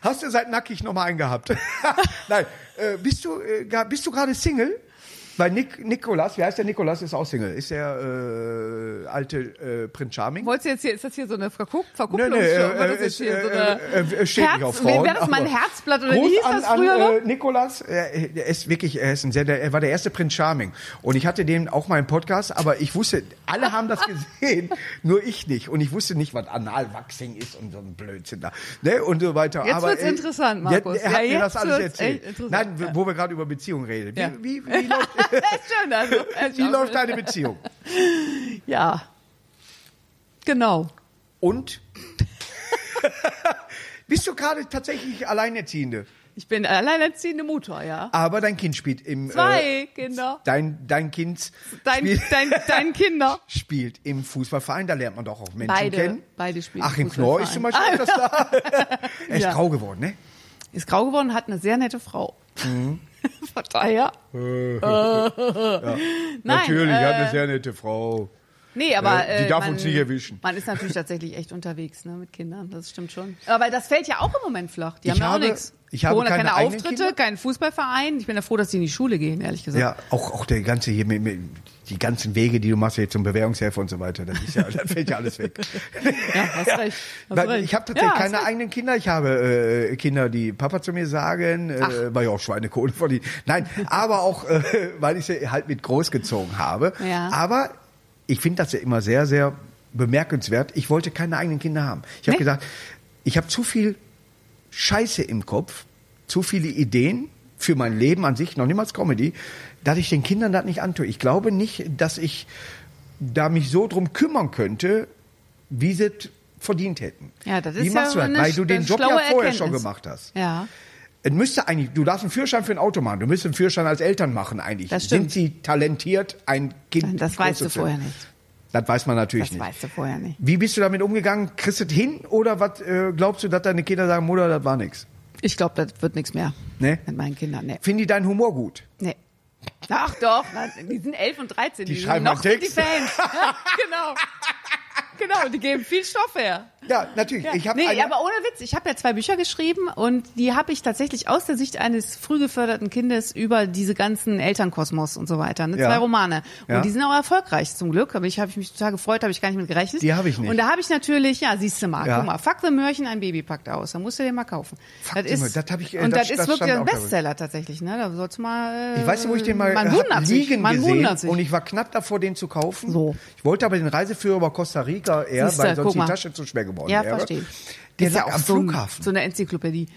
[SPEAKER 1] Hast *laughs* du seit nackig nochmal einen gehabt? Nein. Äh, bist du, äh, ga- bist du gerade Single? Weil Nik Nikolas, wie heißt der Nikolas, ist auch Single. Ist der äh, alte äh, Prinz Charming?
[SPEAKER 2] Wolltest du jetzt hier, ist das hier so eine Verkupp
[SPEAKER 1] Nö,
[SPEAKER 2] Verkupplung?
[SPEAKER 1] nö,
[SPEAKER 2] war
[SPEAKER 1] äh,
[SPEAKER 2] das jetzt
[SPEAKER 1] es,
[SPEAKER 2] hier so
[SPEAKER 1] äh,
[SPEAKER 2] eine
[SPEAKER 1] äh, steht nicht auf
[SPEAKER 2] Herz,
[SPEAKER 1] Frauen.
[SPEAKER 2] wäre das mein
[SPEAKER 1] aber-
[SPEAKER 2] Herzblatt oder Äh, wie
[SPEAKER 1] Gruß
[SPEAKER 2] hieß
[SPEAKER 1] an,
[SPEAKER 2] das früher?
[SPEAKER 1] An, äh, Nikolas, er, er ist wirklich, er ist ein sehr, der- er war der erste Prinz Charming. Und ich hatte den auch mal im Podcast, aber ich wusste, alle haben das gesehen, *laughs* nur ich nicht. Und ich wusste nicht, was Analwachsing ist und so ein Blödsinn da. Ne? Und so weiter.
[SPEAKER 2] Jetzt
[SPEAKER 1] aber,
[SPEAKER 2] wird's
[SPEAKER 1] äh,
[SPEAKER 2] interessant,
[SPEAKER 1] ja,
[SPEAKER 2] Markus.
[SPEAKER 1] Er hat
[SPEAKER 2] Ja,
[SPEAKER 1] mir das
[SPEAKER 2] jetzt
[SPEAKER 1] alles
[SPEAKER 2] wird's
[SPEAKER 1] erzählt.
[SPEAKER 2] echt interessant,
[SPEAKER 1] Nein, wo wir gerade über Beziehungen reden. Wie,
[SPEAKER 2] Ja.
[SPEAKER 1] wie,
[SPEAKER 2] *laughs*
[SPEAKER 1] wie, läuft,
[SPEAKER 2] ist schön, also.
[SPEAKER 1] *laughs*
[SPEAKER 2] Äh,
[SPEAKER 1] wie läuft deine Beziehung?
[SPEAKER 2] Ja. Genau.
[SPEAKER 1] Und? *laughs* Bist du gerade tatsächlich Alleinerziehende?
[SPEAKER 2] Ich bin alleinerziehende Mutter, ja.
[SPEAKER 1] Aber dein Kind spielt im... Äh,
[SPEAKER 2] Zwei Kinder.
[SPEAKER 1] dein, dein Kind
[SPEAKER 2] Dein,
[SPEAKER 1] spielt,
[SPEAKER 2] dein,
[SPEAKER 1] *laughs*
[SPEAKER 2] dein Kinder.
[SPEAKER 1] spielt im Fußballverein, da lernt man doch auch Menschen
[SPEAKER 2] Beide,
[SPEAKER 1] kennen.
[SPEAKER 2] beide spielen.
[SPEAKER 1] Achim Knorr
[SPEAKER 2] Fußballverein. Ah,
[SPEAKER 1] ist zum Beispiel auch das da.
[SPEAKER 2] *laughs*
[SPEAKER 1] er ist
[SPEAKER 2] Ja.
[SPEAKER 1] grau geworden, ne?
[SPEAKER 2] Ist grau geworden, hat eine sehr nette Frau.
[SPEAKER 1] Mhm.
[SPEAKER 2] *laughs* Von
[SPEAKER 1] *laughs*
[SPEAKER 2] daher. Nein, äh,
[SPEAKER 1] sehr nette Frau.
[SPEAKER 2] nee, aber
[SPEAKER 1] äh, die darf
[SPEAKER 2] man,
[SPEAKER 1] uns nicht erwischen.
[SPEAKER 2] Man ist natürlich tatsächlich echt unterwegs ne, mit Kindern, das stimmt schon. Aber das fällt ja auch im Moment flach. Die
[SPEAKER 1] Ich
[SPEAKER 2] haben ja auch
[SPEAKER 1] habe-
[SPEAKER 2] nichts.
[SPEAKER 1] ich habe
[SPEAKER 2] Corona,
[SPEAKER 1] keine
[SPEAKER 2] keine
[SPEAKER 1] eigenen
[SPEAKER 2] Auftritte,
[SPEAKER 1] Kinder.
[SPEAKER 2] keinen Fußballverein. Ich bin ja froh, dass die in die Schule gehen, ehrlich gesagt.
[SPEAKER 1] Ja, auch, auch der ganze hier mit, mit die ganzen Wege, die du machst hier zum Bewährungshelfer und so weiter, das, ist ja, *laughs* das fällt ja alles weg. *laughs*
[SPEAKER 2] Ja, hast recht. Hast
[SPEAKER 1] Weil
[SPEAKER 2] recht.
[SPEAKER 1] Ich habe tatsächlich
[SPEAKER 2] Ja, hast
[SPEAKER 1] keine
[SPEAKER 2] recht.
[SPEAKER 1] eigenen Kinder. Ich habe äh, Kinder, die Papa zu mir sagen, äh, weil ich auch Schweinekohle verdiene.
[SPEAKER 2] *laughs*
[SPEAKER 1] Nein, aber auch, äh, weil ich sie halt mit großgezogen habe.
[SPEAKER 2] Ja.
[SPEAKER 1] Aber ich finde das ja immer sehr, sehr bemerkenswert. Ich wollte keine eigenen Kinder haben. Ich habe
[SPEAKER 2] Nee.
[SPEAKER 1] gesagt, ich habe zu viel Scheiße im Kopf, zu viele Ideen für mein Leben an sich, noch niemals Comedy, dass ich den Kindern das nicht antue. Ich glaube nicht, dass ich da mich so drum kümmern könnte, wie sie es verdient hätten.
[SPEAKER 2] Ja, das ist
[SPEAKER 1] wie
[SPEAKER 2] ja
[SPEAKER 1] machst du
[SPEAKER 2] eine
[SPEAKER 1] das? Weil du den
[SPEAKER 2] sch-
[SPEAKER 1] Job ja
[SPEAKER 2] schlaue
[SPEAKER 1] vorher schon
[SPEAKER 2] Erkenntnis.
[SPEAKER 1] gemacht hast.
[SPEAKER 2] Ja.
[SPEAKER 1] Es müsste eigentlich, du darfst einen Führerschein für ein Auto machen, du müsstest einen Führerschein als Eltern machen eigentlich.
[SPEAKER 2] Das stimmt.
[SPEAKER 1] Sind sie talentiert, ein Kind
[SPEAKER 2] Das weißt du
[SPEAKER 1] großzuziehen?
[SPEAKER 2] vorher nicht.
[SPEAKER 1] Das weiß man natürlich
[SPEAKER 2] Das
[SPEAKER 1] nicht.
[SPEAKER 2] weißt du vorher nicht.
[SPEAKER 1] Wie bist du damit umgegangen? Kriegst du es hin oder was äh, glaubst du, dass deine Kinder sagen, Mutter, das war nix?
[SPEAKER 2] Ich glaube, das wird nichts mehr.
[SPEAKER 1] Nee?
[SPEAKER 2] Mit meinen Kindern, nee.
[SPEAKER 1] Finden die deinen Humor gut?
[SPEAKER 2] Nee. Ach doch, na, die sind 11 und 13.
[SPEAKER 1] Die
[SPEAKER 2] sind
[SPEAKER 1] schreiben
[SPEAKER 2] noch
[SPEAKER 1] einen
[SPEAKER 2] sind
[SPEAKER 1] Text.
[SPEAKER 2] die Fans. *laughs* Ja, genau. Genau, die geben viel Stoff her.
[SPEAKER 1] Ja, natürlich.
[SPEAKER 2] Ja.
[SPEAKER 1] Ich habe
[SPEAKER 2] nee, aber ohne Witz, ich habe ja zwei Bücher geschrieben und die habe ich tatsächlich aus der Sicht eines früh geförderten Kindes über diese ganzen Elternkosmos und so weiter. Ne?
[SPEAKER 1] Ja.
[SPEAKER 2] Zwei Romane. Und
[SPEAKER 1] Ja.
[SPEAKER 2] die sind auch erfolgreich zum Glück. Aber ich habe mich total gefreut, habe ich gar nicht mit gerechnet.
[SPEAKER 1] Die habe ich nicht.
[SPEAKER 2] Und da habe ich natürlich, ja, siehst du mal,
[SPEAKER 1] Ja.
[SPEAKER 2] guck mal, Fuck the Mörchen, ein Baby packt aus. Da musst du den mal kaufen.
[SPEAKER 1] Fuck the Mörchen, das habe ich, äh,
[SPEAKER 2] Und
[SPEAKER 1] das-
[SPEAKER 2] das,
[SPEAKER 1] das
[SPEAKER 2] ist wirklich
[SPEAKER 1] stand
[SPEAKER 2] ein
[SPEAKER 1] auch dabei.
[SPEAKER 2] Bestseller tatsächlich, ne? Da sollst du mal. Äh,
[SPEAKER 1] ich weiß nicht, wo ich den mal
[SPEAKER 2] man
[SPEAKER 1] hab
[SPEAKER 2] wundert sich,
[SPEAKER 1] liegen
[SPEAKER 2] man
[SPEAKER 1] gesehen
[SPEAKER 2] wundert sich.
[SPEAKER 1] und ich war knapp davor, den zu kaufen.
[SPEAKER 2] So.
[SPEAKER 1] Ich wollte aber den Reiseführer über Costa Rica eher,
[SPEAKER 2] Siehste,
[SPEAKER 1] weil sonst
[SPEAKER 2] guck
[SPEAKER 1] die
[SPEAKER 2] mal.
[SPEAKER 1] Tasche zu schwer geworden
[SPEAKER 2] Ja,
[SPEAKER 1] wäre.
[SPEAKER 2] verstehe.
[SPEAKER 1] Der
[SPEAKER 2] Ist
[SPEAKER 1] lag
[SPEAKER 2] auch
[SPEAKER 1] am
[SPEAKER 2] so ein-
[SPEAKER 1] Flughafen.
[SPEAKER 2] So eine Enzyklopädie.
[SPEAKER 1] Der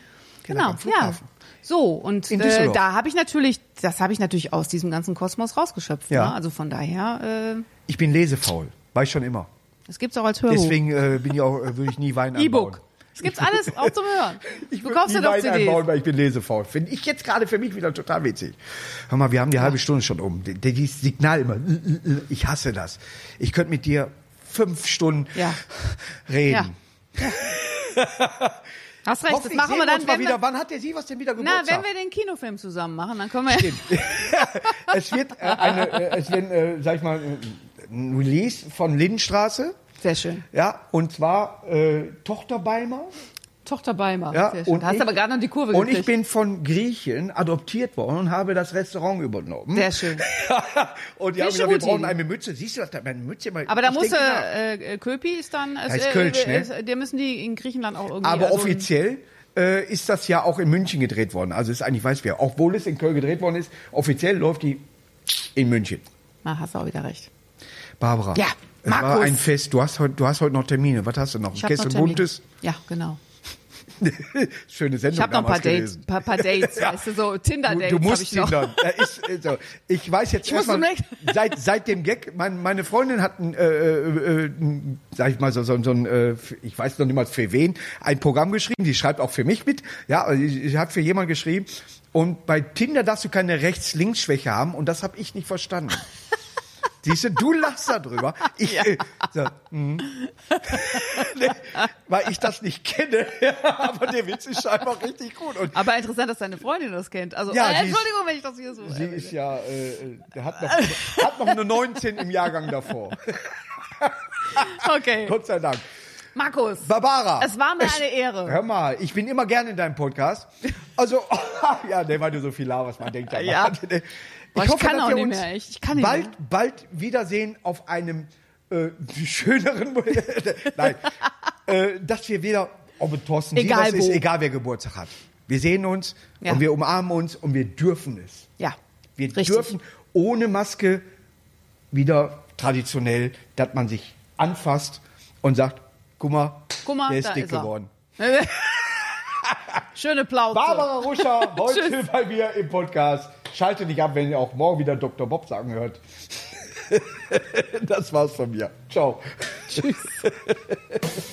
[SPEAKER 2] Genau,
[SPEAKER 1] lag am Flughafen.
[SPEAKER 2] ja. So, und
[SPEAKER 1] In
[SPEAKER 2] äh,
[SPEAKER 1] Düsseldorf.
[SPEAKER 2] da habe ich natürlich, das habe ich natürlich aus diesem ganzen Kosmos rausgeschöpft.
[SPEAKER 1] Ja.
[SPEAKER 2] Ne? Also von daher, äh,
[SPEAKER 1] ich bin lesefaul, war ich schon immer.
[SPEAKER 2] das gibt's auch als Hörbuch.
[SPEAKER 1] Deswegen äh, bin ich auch, äh, würde ich nie Wein anbauen.
[SPEAKER 2] E-Book. Das
[SPEAKER 1] *laughs*
[SPEAKER 2] gibt's alles auch zum Hören.
[SPEAKER 1] Ich
[SPEAKER 2] du
[SPEAKER 1] würde
[SPEAKER 2] kaufst
[SPEAKER 1] nie
[SPEAKER 2] dir doch
[SPEAKER 1] Wein anbauen,
[SPEAKER 2] CDs.
[SPEAKER 1] weil ich bin lesefaul. Finde ich jetzt gerade für mich wieder total witzig. Hör mal, wir haben die halbe Stunde schon um. D- d- Dieses Signal immer. äh, äh, äh, Ich hasse das. Ich könnte mit dir fünf Stunden
[SPEAKER 2] Ja.
[SPEAKER 1] reden.
[SPEAKER 2] Ja. Hast recht, das
[SPEAKER 1] Hoffentlich
[SPEAKER 2] machen
[SPEAKER 1] sehen
[SPEAKER 2] wir dann,
[SPEAKER 1] uns mal
[SPEAKER 2] wenn
[SPEAKER 1] wieder.
[SPEAKER 2] wir,
[SPEAKER 1] Wann hat der Sie was denn wieder
[SPEAKER 2] na,
[SPEAKER 1] Geburtstag?
[SPEAKER 2] wenn wir den Kinofilm zusammen machen, dann können wir oh.
[SPEAKER 1] es wird äh, eine, äh, es wird, äh, sag ich mal, ein Release von Lindenstraße.
[SPEAKER 2] *laughs* Sehr schön.
[SPEAKER 1] Ja, und zwar äh, Tochter Beimer.
[SPEAKER 2] Tochter Beimer.
[SPEAKER 1] Ja,
[SPEAKER 2] Sehr schön. Da hast du aber gerade noch die Kurve
[SPEAKER 1] Und ich
[SPEAKER 2] gekriegt.
[SPEAKER 1] bin von Griechen adoptiert worden und habe das Restaurant übernommen.
[SPEAKER 2] Sehr schön.
[SPEAKER 1] *laughs* und die haben
[SPEAKER 2] Nicht so
[SPEAKER 1] gesagt, wir
[SPEAKER 2] gut,
[SPEAKER 1] brauchen
[SPEAKER 2] Ihnen.
[SPEAKER 1] eine Mütze. Siehst du, das da meine Mütze immer.
[SPEAKER 2] Aber da
[SPEAKER 1] ich
[SPEAKER 2] muss
[SPEAKER 1] denke nach.
[SPEAKER 2] äh, äh, Köpi ist dann, ist,
[SPEAKER 1] heißt Kölsch, ne?
[SPEAKER 2] ist, der müssen die in Griechenland auch irgendwie.
[SPEAKER 1] Aber
[SPEAKER 2] also-
[SPEAKER 1] offiziell äh, ist das ja auch in München gedreht worden. Also ist eigentlich, weiß wer, obwohl es in Köln gedreht worden ist, offiziell läuft die in München.
[SPEAKER 2] Na, hast du auch wieder recht.
[SPEAKER 1] Barbara.
[SPEAKER 2] Ja,
[SPEAKER 1] es
[SPEAKER 2] Markus.
[SPEAKER 1] war ein Fest. Du hast heute, du hast heute noch Termine. Was hast du noch?
[SPEAKER 2] Ich
[SPEAKER 1] Ein
[SPEAKER 2] habe noch
[SPEAKER 1] Kessel
[SPEAKER 2] Termine.
[SPEAKER 1] buntes.
[SPEAKER 2] Ja, genau.
[SPEAKER 1] Schöne Sendung.
[SPEAKER 2] Ich habe noch ein paar
[SPEAKER 1] damals
[SPEAKER 2] Dates,
[SPEAKER 1] gewesen.
[SPEAKER 2] paar, paar Dates,
[SPEAKER 1] *laughs* Ja.
[SPEAKER 2] weißt du, so
[SPEAKER 1] Du,
[SPEAKER 2] Tinder-Dates
[SPEAKER 1] du
[SPEAKER 2] hab
[SPEAKER 1] musst
[SPEAKER 2] ich noch.
[SPEAKER 1] Tinder. Da ist, äh, so. Ich weiß jetzt
[SPEAKER 2] *laughs* Ich muss
[SPEAKER 1] erstmal,
[SPEAKER 2] zum
[SPEAKER 1] seit, seit dem Gag, mein, meine Freundin hat, ein, äh, äh, äh, ein, sag ich mal, so, so, so ein, äh, ich weiß noch niemals für wen, ein Programm geschrieben, die schreibt auch für mich mit. Ja, also ich, ich habe für jemanden geschrieben. Und bei Tinder darfst du keine Rechts-Links-Schwäche haben und das habe ich nicht
[SPEAKER 2] *laughs*
[SPEAKER 1] verstanden. Siehst du, du lachst darüber. Ich, äh, so, mhm. *laughs* nee, weil ich das nicht kenne, *laughs* aber der Witz ist scheinbar richtig gut. Und
[SPEAKER 2] Aber interessant, dass deine Freundin das kennt. Also,
[SPEAKER 1] Ja, sie
[SPEAKER 2] äh,
[SPEAKER 1] ist-
[SPEAKER 2] Entschuldigung, wenn ich das hier so.
[SPEAKER 1] Sie
[SPEAKER 2] Äh,
[SPEAKER 1] ist ja, äh, der
[SPEAKER 2] *laughs*
[SPEAKER 1] hat noch, hat noch eine 19 im Jahrgang davor.
[SPEAKER 2] okay.
[SPEAKER 1] Gott sei Dank.
[SPEAKER 2] Markus.
[SPEAKER 1] Barbara.
[SPEAKER 2] Es war mir
[SPEAKER 1] ich-
[SPEAKER 2] eine Ehre.
[SPEAKER 1] Hör mal, ich bin immer gerne in deinem Podcast. Also, *laughs* ja, ne, weil du so viel laberst, man denkt ja. *laughs*
[SPEAKER 2] Ja.
[SPEAKER 1] Ich,
[SPEAKER 2] Boah, ich kann
[SPEAKER 1] dass
[SPEAKER 2] auch
[SPEAKER 1] wir
[SPEAKER 2] nicht
[SPEAKER 1] uns
[SPEAKER 2] mehr, echt. Ich kann nicht
[SPEAKER 1] bald,
[SPEAKER 2] mehr.
[SPEAKER 1] bald wiedersehen auf einem äh, schöneren. *laughs* Nein, äh, dass wir wieder, ob es Thorsten
[SPEAKER 2] Egal
[SPEAKER 1] Sievers ist,
[SPEAKER 2] wo.
[SPEAKER 1] egal wer Geburtstag hat. Wir sehen uns
[SPEAKER 2] Ja.
[SPEAKER 1] und wir umarmen uns und wir dürfen es.
[SPEAKER 2] Ja.
[SPEAKER 1] Wir
[SPEAKER 2] richtig.
[SPEAKER 1] dürfen ohne Maske wieder traditionell, dass man sich anfasst und sagt, guck mal,
[SPEAKER 2] Guck mal,
[SPEAKER 1] der ist
[SPEAKER 2] da
[SPEAKER 1] dick
[SPEAKER 2] ist er.
[SPEAKER 1] geworden.
[SPEAKER 2] *laughs*
[SPEAKER 1] *laughs*
[SPEAKER 2] Schöne Plauze.
[SPEAKER 1] Barbara
[SPEAKER 2] *laughs*
[SPEAKER 1] Ruscher, heute bei mir im Podcast. Schalte nicht ab, wenn ihr auch morgen wieder Dr. Bob sagen hört. *laughs* das war's von mir. Ciao.
[SPEAKER 2] Tschüss.